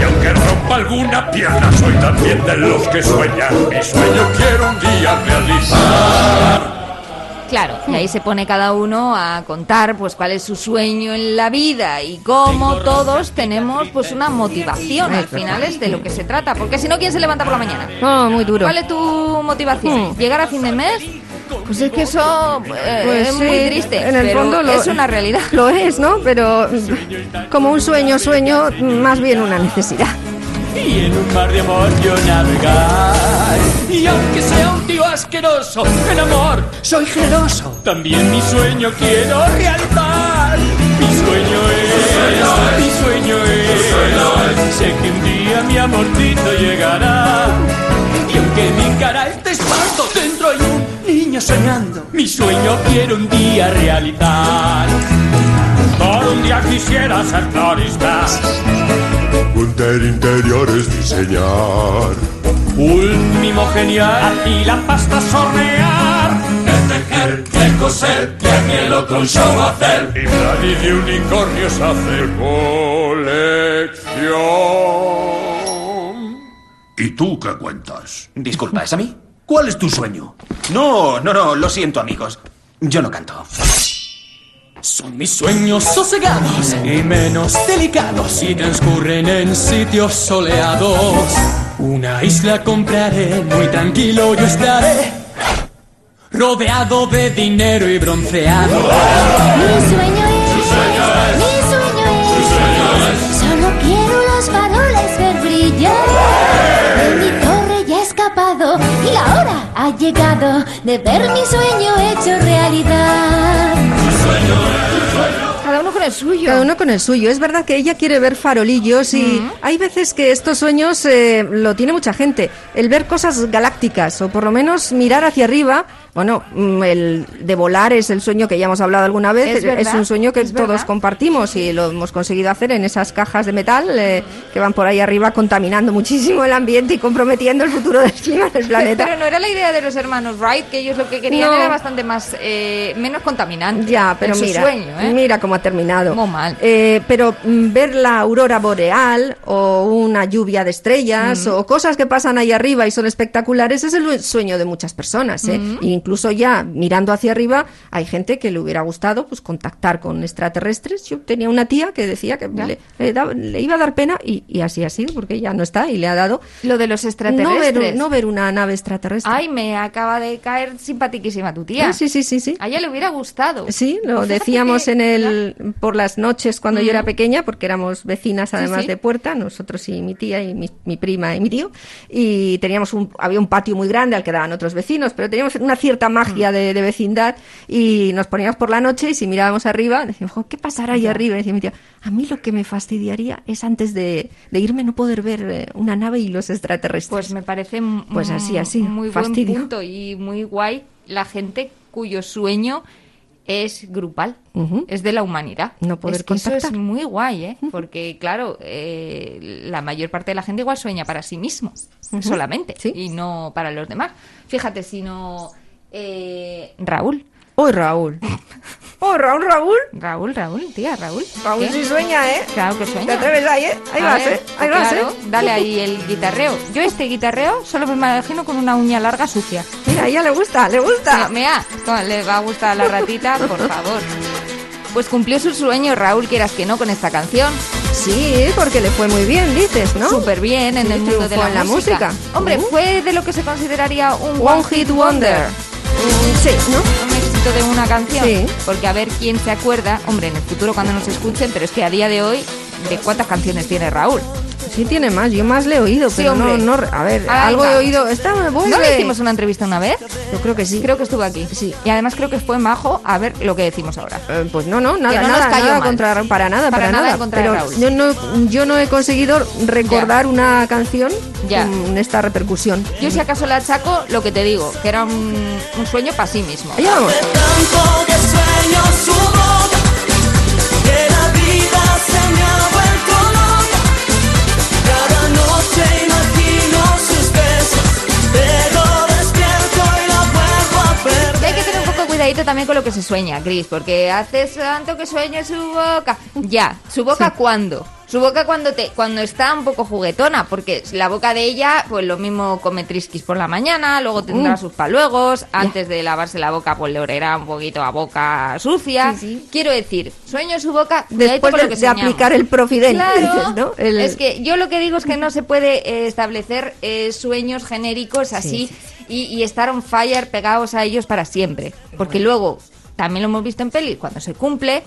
Speaker 10: Y aunque rompa alguna pierna, soy también de los que sueñan. Mi sueño quiero un día realizar.
Speaker 3: Claro, y ahí se pone cada uno a contar pues cuál es su sueño en la vida y cómo todos tenemos pues una motivación al final es de lo que se trata, porque si no quién se levanta por la mañana.
Speaker 2: No, muy duro.
Speaker 3: ¿Cuál es tu motivación? ¿Llegar a fin de mes? Hmm. Pues es que eso eh,
Speaker 2: Pues
Speaker 3: es
Speaker 2: sí,
Speaker 3: muy triste,
Speaker 2: En el
Speaker 3: pero
Speaker 2: fondo lo-
Speaker 3: es una realidad.
Speaker 2: Lo es, ¿no? Pero mm, como un sueño, sueño, mm, más bien una necesidad.
Speaker 19: Y en un mar de amor yo navegar. Y aunque sea un tío asqueroso, en amor soy generoso. También mi sueño quiero realizar. Mi sueño es, mi sueño es. Sé que un día mi amorcito llegará. Y aunque mi cara esté espanto, dentro hay un niño soñando. Mi sueño quiero un día realizar.
Speaker 10: Por un día quisiera ser florista.
Speaker 19: Hunter interiores diseñar. Último genial. Y la pasta sornear.
Speaker 10: de coser y aquí el otro un show hacer. Y Vladi de unicornios hace colección.
Speaker 16: ¿Y tú qué cuentas? Disculpa, ¿es a mí? ¿Cuál es tu sueño? No, no, no, lo siento, amigos. Yo no canto.
Speaker 19: Son mis sueños sosegados y menos delicados. Y transcurren en sitios soleados. Una isla compraré, muy tranquilo yo estaré. Rodeado de dinero y bronceado.
Speaker 18: Mi sueño es, mi sueño es, solo quiero los faroles ver brillar. De mi torre ya he escapado y la hora ha llegado de ver mi sueño hecho realidad.
Speaker 3: Cada uno con el suyo.
Speaker 2: Cada uno con el suyo. Es verdad que ella quiere ver farolillos y hay veces que estos sueños eh, lo tiene mucha gente. El ver cosas galácticas o por lo menos mirar hacia arriba. Bueno, mm, el de volar es el sueño que ya hemos hablado alguna vez.
Speaker 3: Es verdad,
Speaker 2: un sueño que
Speaker 3: es
Speaker 2: todos
Speaker 3: verdad.
Speaker 2: compartimos y lo hemos conseguido hacer en esas cajas de metal eh, que van por ahí arriba contaminando muchísimo el ambiente y comprometiendo el futuro del clima del planeta.
Speaker 3: Pero no era la idea de los hermanos Wright, que ellos lo que querían
Speaker 2: No.
Speaker 3: era bastante más eh, menos contaminante.
Speaker 2: Ya, pero
Speaker 3: en su
Speaker 2: mira,
Speaker 3: sueño, ¿eh?
Speaker 2: mira cómo ha terminado. Eh, pero mm, ver la aurora boreal o una lluvia de
Speaker 3: Mm.
Speaker 2: estrellas o cosas que pasan ahí arriba y son espectaculares es el sue- sueño de muchas personas, ¿eh?
Speaker 3: Mm.
Speaker 2: Y incluso ya mirando hacia arriba hay gente que le hubiera gustado pues contactar con extraterrestres. Yo tenía una tía que decía que le, le daba- le iba a dar pena y, y así ha sido porque ya no está y le ha dado
Speaker 3: lo de los
Speaker 2: no ver,
Speaker 3: extraterrestres.
Speaker 2: no ver una nave extraterrestre.
Speaker 3: Ay, me acaba de caer simpatiquísima tu tía.
Speaker 2: Ah, sí, sí, sí, sí.
Speaker 3: A ella le hubiera gustado.
Speaker 2: Sí, lo
Speaker 3: Pues Fíjate
Speaker 2: decíamos
Speaker 3: que-
Speaker 2: en el por las noches cuando yo era
Speaker 3: Mm.
Speaker 2: pequeña, porque éramos vecinas
Speaker 3: Sí,
Speaker 2: además
Speaker 3: sí.
Speaker 2: de puerta, nosotros y mi tía y mi, mi prima y mi tío, y teníamos un había un patio muy grande al que daban otros vecinos, pero teníamos una cierta
Speaker 3: Mm.
Speaker 2: magia de, de vecindad y nos poníamos por la noche y si mirábamos arriba decíamos "Jo, ¿qué pasará ahí
Speaker 3: Ya.
Speaker 2: arriba? Y decía mi tía, a mí lo que me fastidiaría es antes de, de irme no poder ver eh, una nave y los extraterrestres.
Speaker 3: Pues me parece m-
Speaker 2: Pues así, así,
Speaker 3: muy
Speaker 2: fastidio.
Speaker 3: buen punto y muy guay la gente cuyo sueño es grupal,
Speaker 2: Ujú.
Speaker 3: es de la humanidad.
Speaker 2: No poder
Speaker 3: es que eso es
Speaker 2: contactar.
Speaker 3: muy guay, ¿eh? Porque claro, eh, la mayor parte de la gente igual sueña para sí mismo
Speaker 2: Ujú.
Speaker 3: solamente y no para los demás. Fíjate, si no eh, Raúl.
Speaker 2: Hoy Raúl. Oh, Raúl, Raúl.
Speaker 3: Raúl, Raúl, tía, Raúl.
Speaker 2: Raúl
Speaker 3: ¿Qué?
Speaker 2: sí sueña, ¿eh?
Speaker 3: Claro que sueña.
Speaker 2: Te atreves ahí, ¿eh? Ahí
Speaker 3: A
Speaker 2: vas, ¿eh? Ahí vas,
Speaker 3: claro,
Speaker 2: ¿eh?
Speaker 3: Dale ahí el guitarreo. Yo este guitarreo solo me imagino con una uña larga sucia.
Speaker 2: Mira, a ella le gusta, le gusta.
Speaker 3: Mira, mira, le va a gustar a la ratita, por favor. Pues cumplió su sueño, Raúl, quieras que no, con esta canción.
Speaker 2: Sí, porque le fue muy bien, dices, ¿no?
Speaker 3: Súper bien en
Speaker 2: Sí,
Speaker 3: el mundo de
Speaker 2: triunfó
Speaker 3: la,
Speaker 2: en la
Speaker 3: música.
Speaker 2: música.
Speaker 3: Hombre, fue de lo que se consideraría un
Speaker 2: One Hit Wonder. Mm, Sí, ¿no?
Speaker 3: un éxito de una canción.
Speaker 2: Sí.
Speaker 3: Porque a ver quién se acuerda, hombre, en el futuro cuando nos escuchen, pero es que a día de hoy, ¿de cuántas canciones tiene Raúl?
Speaker 2: Sí tiene más, yo más le he oído, pero no,
Speaker 3: hombre.
Speaker 2: no, a ver,
Speaker 3: Ahí
Speaker 2: algo
Speaker 3: va.
Speaker 2: he oído. Está, vuelve.
Speaker 3: ¿No le hicimos una entrevista una vez?
Speaker 2: Yo creo que sí.
Speaker 3: Creo que estuvo aquí. Sí. Y además creo que fue majo a ver lo que decimos ahora.
Speaker 2: Eh, pues no, no,
Speaker 3: Que
Speaker 2: nada,
Speaker 3: no nos
Speaker 2: nada,
Speaker 3: cayó
Speaker 2: nada
Speaker 3: mal.
Speaker 2: contra Ra- para nada,
Speaker 3: Para
Speaker 2: para,
Speaker 3: nada
Speaker 2: nada.
Speaker 3: en contra de
Speaker 2: pero
Speaker 3: Raúl.
Speaker 2: yo no, yo no he conseguido recordar una canción
Speaker 3: Ya.
Speaker 2: con esta repercusión.
Speaker 3: Yo si acaso le achaco lo que te digo, que era un, un sueño para sí mismo.
Speaker 2: Allá vamos.
Speaker 20: Campo de sueños hubo, que la vida se me ha vuelto loca. Cada noche imagino sus besos, pero despierto y la vuelvo a perder.
Speaker 3: Y hay que tener un poco de cuidadito también con lo que se sueña, Chris, porque haces tanto que sueña su boca. Ya, ¿su boca cuándo? Su boca cuando te, cuando está un poco juguetona, porque la boca de ella, pues lo mismo come trisquis por la mañana, luego tendrá
Speaker 2: Mm.
Speaker 3: sus paluegos, antes de lavarse la boca, pues le olerá un poquito a boca sucia. Quiero decir, sueño su boca cuidadito
Speaker 2: Después
Speaker 3: con
Speaker 2: de,
Speaker 3: lo que
Speaker 2: de
Speaker 3: soñamos.
Speaker 2: aplicar el Profidel,
Speaker 3: Claro.
Speaker 2: dices, ¿no? El-
Speaker 3: Es que yo lo que digo es que no se puede eh, establecer eh, sueños genéricos así y, y estar on fire pegados a ellos para siempre. Porque luego, también lo hemos visto en peli, cuando se cumple,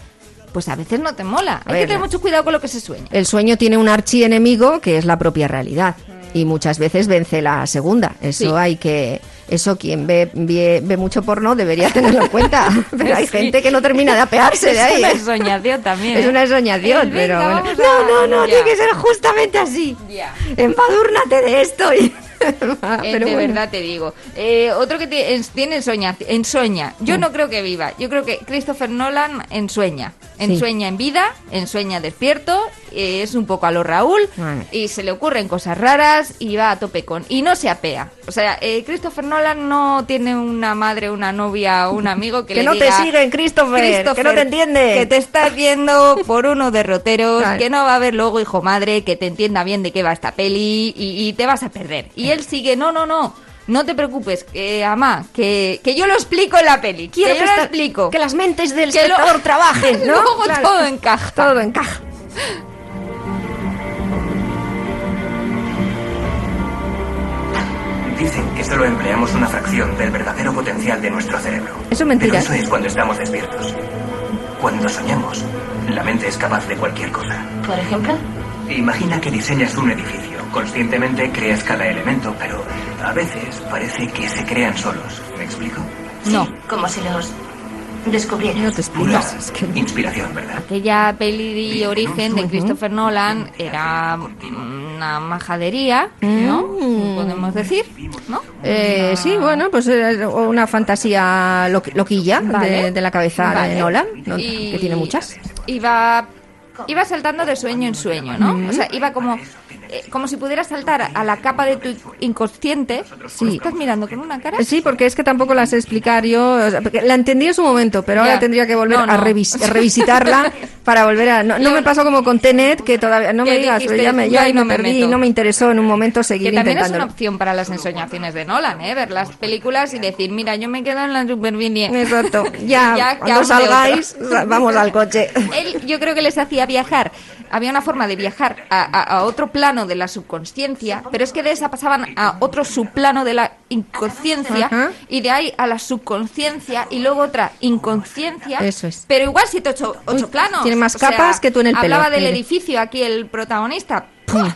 Speaker 3: pues a veces no te mola. Hay que
Speaker 2: ver.
Speaker 3: tener mucho cuidado con lo que se sueña.
Speaker 2: El sueño tiene un archienemigo que es la propia realidad y muchas veces vence la segunda. Eso
Speaker 3: Sí.
Speaker 2: hay que eso quien ve, ve, ve mucho porno debería tenerlo en cuenta, pero hay
Speaker 3: Sí.
Speaker 2: gente que no termina de apearse de
Speaker 3: Es
Speaker 2: ahí. ¿eh?
Speaker 3: una soñación también.
Speaker 2: Es
Speaker 3: ¿eh?
Speaker 2: una soñación,
Speaker 3: El
Speaker 2: pero
Speaker 3: venga, vamos
Speaker 2: bueno.
Speaker 3: a-
Speaker 2: no, no, no,
Speaker 3: ya.
Speaker 2: tiene que ser justamente así.
Speaker 3: Ya.
Speaker 2: Empadúrnate de esto. y- Ah,
Speaker 3: Eh,
Speaker 2: Pero
Speaker 3: de
Speaker 2: bueno.
Speaker 3: verdad te digo. Eh, otro que te- en- tiene ensoña, ensoña. Yo no creo que viva. Yo creo que Christopher Nolan ensueña. Ensueña en vida, ensueña despierto. eh, es un poco a lo Raúl.
Speaker 2: Vale.
Speaker 3: Y se le ocurren cosas raras y va a tope con. Y no se apea. O sea, eh, Christopher Nolan no tiene una madre, una novia o un amigo que,
Speaker 2: Que
Speaker 3: le
Speaker 2: no te
Speaker 3: diga,
Speaker 2: siguen, Christopher, que no te entienden".
Speaker 3: Que te estás viendo por uno derroteros,
Speaker 2: Claro.
Speaker 3: que no va a haber luego hijo madre, que te entienda bien de qué va esta peli y, y te vas a perder. Y él sigue, no, no, no, no te preocupes, eh, ama, que, que yo lo explico en la peli,
Speaker 2: Quiero
Speaker 3: que,
Speaker 2: que
Speaker 3: yo lo
Speaker 2: esta-
Speaker 3: explico.
Speaker 2: que las mentes del
Speaker 3: Que lo-
Speaker 2: espectador trabajen, ¿no?
Speaker 3: Luego
Speaker 2: Claro.
Speaker 3: todo encaja.
Speaker 2: Todo encaja.
Speaker 21: Dicen que solo empleamos una fracción del verdadero potencial de nuestro cerebro.
Speaker 2: Eso es mentira.
Speaker 21: Pero eso es cuando estamos despiertos. Cuando soñamos, la mente es capaz de cualquier cosa.
Speaker 15: Por ejemplo,
Speaker 21: Imagina que diseñas un edificio. Conscientemente creas cada elemento, pero a veces parece que se crean solos. ¿Me explico?
Speaker 15: no. como si los descubrieran.
Speaker 2: No te
Speaker 21: explicas. Inspiración, ¿verdad?
Speaker 3: Aquella peli de origen de Christopher Nolan era una majadería, ¿no?
Speaker 2: Mm.
Speaker 3: Podemos decir, ¿no?
Speaker 2: Eh,
Speaker 3: Ah.
Speaker 2: sí, bueno, pues era una fantasía lo- loquilla de-
Speaker 3: Vale.
Speaker 2: de, la cabeza
Speaker 3: Vale.
Speaker 2: de Nolan, ¿no?
Speaker 3: Y- ¿Eh?
Speaker 2: que tiene muchas.
Speaker 3: iba iba saltando de sueño en sueño, ¿no?
Speaker 2: Mm.
Speaker 3: O sea, iba como eh, como si pudieras saltar a la capa de tu inconsciente.
Speaker 2: Sí.
Speaker 3: ¿Me Estás mirando con una cara.
Speaker 2: Sí, porque es que tampoco las sé explicar yo. o sea, porque la entendí en su momento, pero
Speaker 3: Ya.
Speaker 2: ahora tendría que volver
Speaker 3: No, no.
Speaker 2: A, revis- a revisitarla para volver a. No, no me pasó como con Tenet, que todavía. No me
Speaker 3: Que
Speaker 2: digas, pero
Speaker 3: dijiste,
Speaker 2: ya me,
Speaker 3: yo
Speaker 2: ya
Speaker 3: ahí
Speaker 2: me
Speaker 3: no me
Speaker 2: perdí,
Speaker 3: meto.
Speaker 2: no me interesó en un momento seguir
Speaker 3: Que también es una
Speaker 2: intentándolo.
Speaker 3: opción para las ensoñaciones de Nolan, ¿eh? Ver las películas y decir, mira, yo me quedo en la superficie.
Speaker 2: Exacto. Ya, cuando
Speaker 3: hazme
Speaker 2: salgáis,
Speaker 3: otra.
Speaker 2: vamos al coche.
Speaker 3: Él, yo creo que les hacía viajar. Había una forma de viajar a, a- a otro plano de la subconsciencia, pero es que de esa pasaban a otro subplano de la inconsciencia
Speaker 2: Ajá.
Speaker 3: y de ahí a la subconsciencia y luego otra inconsciencia.
Speaker 2: Eso es.
Speaker 3: Pero igual siete, ocho, ocho planos.
Speaker 2: tiene más
Speaker 3: O sea,
Speaker 2: capas que tú en el pelo.
Speaker 3: Hablaba del
Speaker 2: Mire.
Speaker 3: edificio aquí el protagonista. ¡Pua!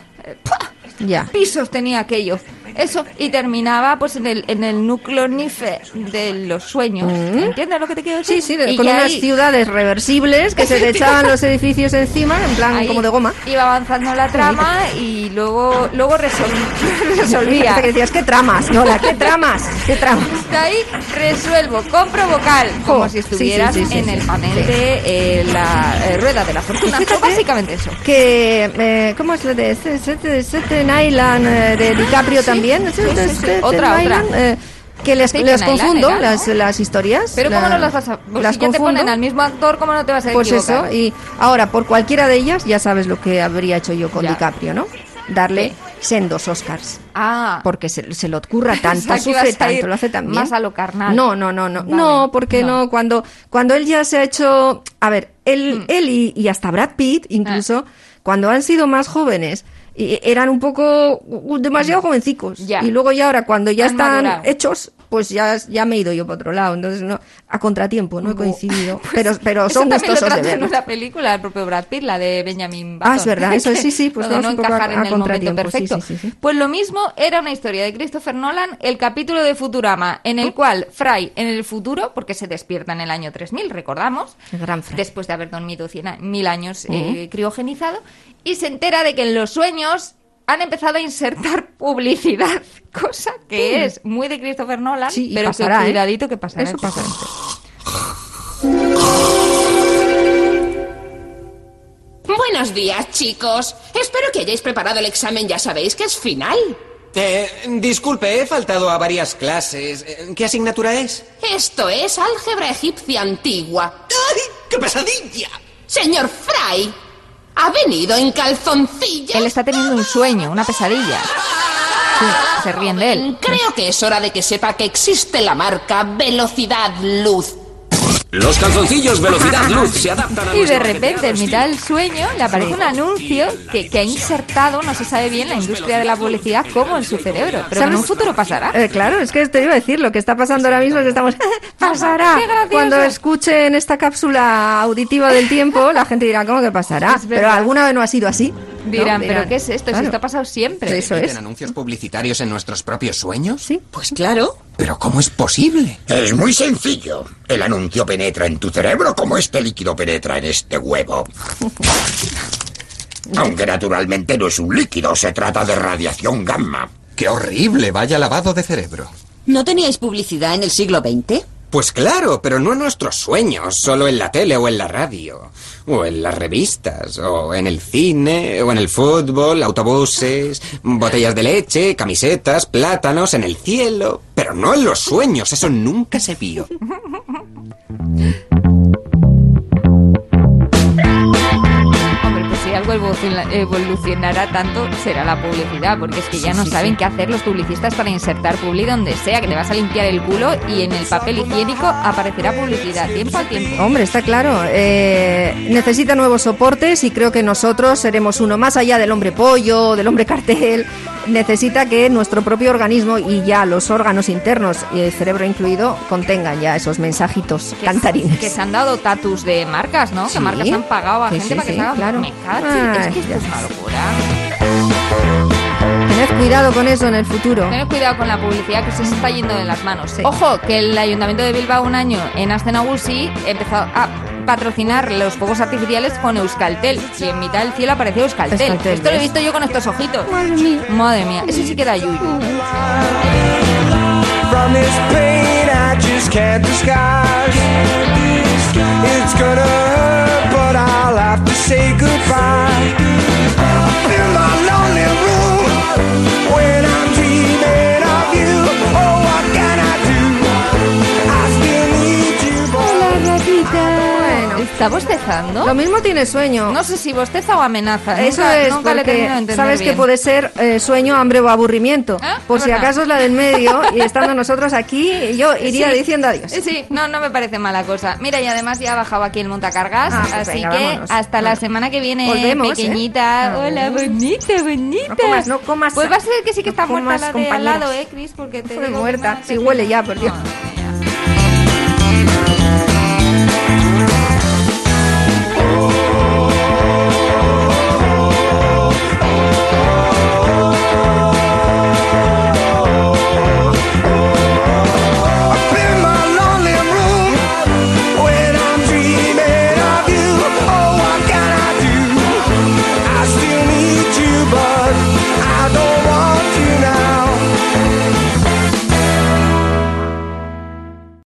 Speaker 2: Ya.
Speaker 3: pisos tenía aquello. Eso, y terminaba pues en el, en el núcleo nife de los sueños.
Speaker 2: Mm.
Speaker 3: ¿Entiendes lo que te quiero decir?
Speaker 2: Sí, sí, de-
Speaker 3: Y
Speaker 2: con
Speaker 3: ya
Speaker 2: unas
Speaker 3: ahí
Speaker 2: ciudades reversibles que se te echaban los edificios encima, en plan
Speaker 3: Ahí
Speaker 2: como de goma.
Speaker 3: Iba avanzando la trama y luego, luego resol- resolvía.
Speaker 2: Que decías, ¿qué tramas? Nola, ¿qué tramas? ¿Qué tramas?
Speaker 3: De ahí resuelvo, compro vocal, como si estuvieras
Speaker 2: sí, sí, sí,
Speaker 3: en
Speaker 2: sí.
Speaker 3: el panel de eh, la eh, rueda de la fortuna. Fue básicamente eso.
Speaker 2: Que, eh, ¿cómo es lo de este- este- Staten Island eh, de
Speaker 3: Ah,
Speaker 2: DiCaprio también? Este- Staten
Speaker 3: Otra, otra.
Speaker 2: Island, eh, que les,
Speaker 3: Staten
Speaker 2: les
Speaker 3: Island
Speaker 2: confundo
Speaker 3: era, ¿no?
Speaker 2: las, las historias.
Speaker 3: Pero ¿cómo
Speaker 2: la-
Speaker 3: no las vas a...? pues
Speaker 2: las
Speaker 3: si ya te ponen
Speaker 2: confundo.
Speaker 3: al mismo actor, ¿cómo no te vas a
Speaker 2: Pues
Speaker 3: equivocar?
Speaker 2: eso, y ahora por cualquiera de ellas ya sabes lo que habría hecho yo con DiCaprio, ¿no? Darle sendos Oscars.
Speaker 3: Ah,
Speaker 2: Porque se, se lo ocurra tanto,
Speaker 3: Pensaba que ibas
Speaker 2: sufre
Speaker 3: a ir
Speaker 2: tanto, lo hace también.
Speaker 3: más a lo carnal.
Speaker 2: No, no, no, no.
Speaker 3: Vale,
Speaker 2: no, porque no. cuando, cuando él ya se ha hecho. A ver,
Speaker 3: Mm.
Speaker 2: él, él y, y hasta Brad Pitt, incluso,
Speaker 3: Ah.
Speaker 2: cuando han sido más jóvenes. y- eran un poco u- demasiado jovencicos
Speaker 3: Mm. Ya.
Speaker 2: y luego ya ahora cuando ya
Speaker 3: Han
Speaker 2: están
Speaker 3: madurado.
Speaker 2: hechos pues ya, ya me he ido yo para otro lado entonces no a contratiempo no he
Speaker 3: Bu- pues
Speaker 2: coincidido pero pero
Speaker 3: Eso
Speaker 2: son
Speaker 3: también
Speaker 2: gustosos
Speaker 3: lo
Speaker 2: de
Speaker 3: trata
Speaker 2: ver
Speaker 3: en una película el propio Brad Pitt, la de Benjamin Button.
Speaker 2: Ah, es verdad, eso es, sí, sí, pues
Speaker 3: Lo de
Speaker 2: vamos
Speaker 3: no
Speaker 2: un poco a-
Speaker 3: encajar en
Speaker 2: a
Speaker 3: el momento
Speaker 2: contratiempo, sí,
Speaker 3: perfecto.
Speaker 2: sí, sí, sí.
Speaker 3: Pues lo mismo era una historia de Christopher Nolan, el capítulo de Futurama, en el cual Fry, en el futuro, porque se despierta en el año 3000, recordamos,
Speaker 2: El gran Fry.
Speaker 3: después de haber dormido cien a- mil años
Speaker 2: Ujú.
Speaker 3: eh, criogenizado, y se entera de que en los sueños han empezado a insertar publicidad, cosa que
Speaker 2: Mm.
Speaker 3: es muy de Christopher Nolan,
Speaker 2: Sí, y
Speaker 3: pero
Speaker 2: pasará,
Speaker 3: que
Speaker 2: ¿eh?
Speaker 3: cuidadito que pasará.
Speaker 2: Eso
Speaker 3: en el futuro.
Speaker 22: Buenos días, chicos. Espero que hayáis preparado el examen, ya sabéis que es final.
Speaker 6: Eh, disculpe, he faltado a varias clases. Eh, ¿Qué asignatura es?
Speaker 22: Esto es álgebra egipcia antigua. ¡Ay, qué pesadilla! Señor Fry, ha venido en calzoncillas.
Speaker 3: Él está teniendo un sueño, una pesadilla. Sí, se ríen de él.
Speaker 22: Creo que es hora de que sepa que existe la marca velocidad luz.
Speaker 23: Los calzoncillos velocidad luz se adaptan a
Speaker 3: Y de
Speaker 23: nuestro-
Speaker 3: repente, en mitad del sueño, le aparece un anuncio que, que ha insertado, no se sabe bien, la industria de la publicidad como en su cerebro. Pero en
Speaker 2: ¿Sabes?
Speaker 3: un futuro pasará.
Speaker 2: Eh, claro, es que te iba a decir, lo que está pasando ahora mismo es que estamos... pasará.
Speaker 3: Qué gracioso.
Speaker 2: Cuando escuchen esta cápsula auditiva del tiempo, la gente dirá, ¿cómo que pasará?
Speaker 3: Es verdad.
Speaker 2: Pero alguna vez no ha sido así. ¿no?
Speaker 3: Dirán, ¿pero qué es esto? Si
Speaker 2: claro.
Speaker 3: esto ha pasado siempre.
Speaker 2: Eso
Speaker 6: ¿Emiten
Speaker 2: es.
Speaker 6: anuncios publicitarios en nuestros propios sueños?
Speaker 2: Sí.
Speaker 6: Pues claro. Pero ¿cómo es posible?
Speaker 24: Es muy sencillo. El anuncio penetra en tu cerebro como este líquido penetra en este huevo. Aunque naturalmente no es un líquido, se trata de radiación gamma.
Speaker 6: Qué horrible, vaya lavado de cerebro.
Speaker 25: ¿No teníais publicidad en el siglo XX?
Speaker 6: Pues claro, pero no en nuestros sueños, solo en la tele o en la radio, o en las revistas, o en el cine, o en el fútbol, autobuses, botellas de leche, camisetas, plátanos, en el cielo, pero no en los sueños, eso nunca se vio.
Speaker 3: Hombre, pues si algo evoluciona- evolucionará tanto, será la publicidad, porque es que ya no saben qué hacer los publicistas para insertar publi donde sea, que te vas a limpiar el culo y en el papel higiénico aparecerá publicidad tiempo al tiempo.
Speaker 2: Hombre, está claro. eh, necesita nuevos soportes y creo que nosotros seremos uno más allá del hombre pollo, del hombre cartel. Necesita que nuestro propio organismo y ya los órganos internos, y el cerebro incluido, contengan ya esos mensajitos cantarines.
Speaker 3: Que se han dado tatus de marcas, ¿no?
Speaker 2: Sí.
Speaker 3: Que marcas han pagado a
Speaker 2: Sí,
Speaker 3: gente
Speaker 2: sí,
Speaker 3: para que
Speaker 2: sí,
Speaker 3: se haga
Speaker 2: claro.
Speaker 3: Me cacho, es
Speaker 2: Ay,
Speaker 3: que esto
Speaker 2: ya.
Speaker 3: es una locura.
Speaker 2: Tened cuidado con eso en el futuro.
Speaker 3: Tened cuidado con la publicidad que se os está yendo de las manos. Ojo, que el Ayuntamiento de Bilbao un año en Astenagusi empezó a patrocinar los fuegos artificiales con Euskaltel. Y en mitad del cielo apareció Euskaltel.
Speaker 2: Euskaltel,
Speaker 3: Esto lo he
Speaker 2: ¿ves?
Speaker 3: visto yo con estos ojitos. Madre mía. Madre mía. Eso sí que da yuyu.
Speaker 20: From this pain I just can't disguise. It's gonna hurt, but I'll have to say goodbye. In my lonely room, when I'm dreaming of you, oh, what can I do? I still need you.
Speaker 2: Hola, ratita. Bueno,
Speaker 3: ¿Está bostezando?
Speaker 2: Lo mismo tiene sueño.
Speaker 3: No sé si bosteza o amenaza.
Speaker 2: Eso
Speaker 3: Nunca-
Speaker 2: es,
Speaker 3: nunca le
Speaker 2: porque
Speaker 3: termino de entender
Speaker 2: sabes que
Speaker 3: bien.
Speaker 2: puede ser eh, sueño, hambre o aburrimiento. Por
Speaker 3: es
Speaker 2: si
Speaker 3: Ah, verdad.
Speaker 2: acaso es la del medio y estando nosotros aquí, yo iría
Speaker 3: Sí.
Speaker 2: diciendo adiós.
Speaker 3: Eh, Sí, no, no me parece mala cosa. Mira, y además ya ha bajado aquí el montacargas,
Speaker 2: Ah, pues
Speaker 3: así
Speaker 2: venga,
Speaker 3: que
Speaker 2: vámonos.
Speaker 3: hasta la semana que viene,
Speaker 2: Volvemos, ¿eh?
Speaker 3: pequeñita.
Speaker 2: Ah,
Speaker 3: Hola,
Speaker 2: bueno.
Speaker 3: bonita, bonita.
Speaker 2: No comas, no comas.
Speaker 3: Pues va a ser que sí que está
Speaker 2: No
Speaker 3: muerta
Speaker 2: comas,
Speaker 3: la de al
Speaker 2: compañeras.
Speaker 3: lado, ¿eh, Cris? Porque te
Speaker 2: Fue
Speaker 3: digo que
Speaker 2: muerta.
Speaker 3: no
Speaker 2: Sí, huele ya, por Dios.
Speaker 20: Oh,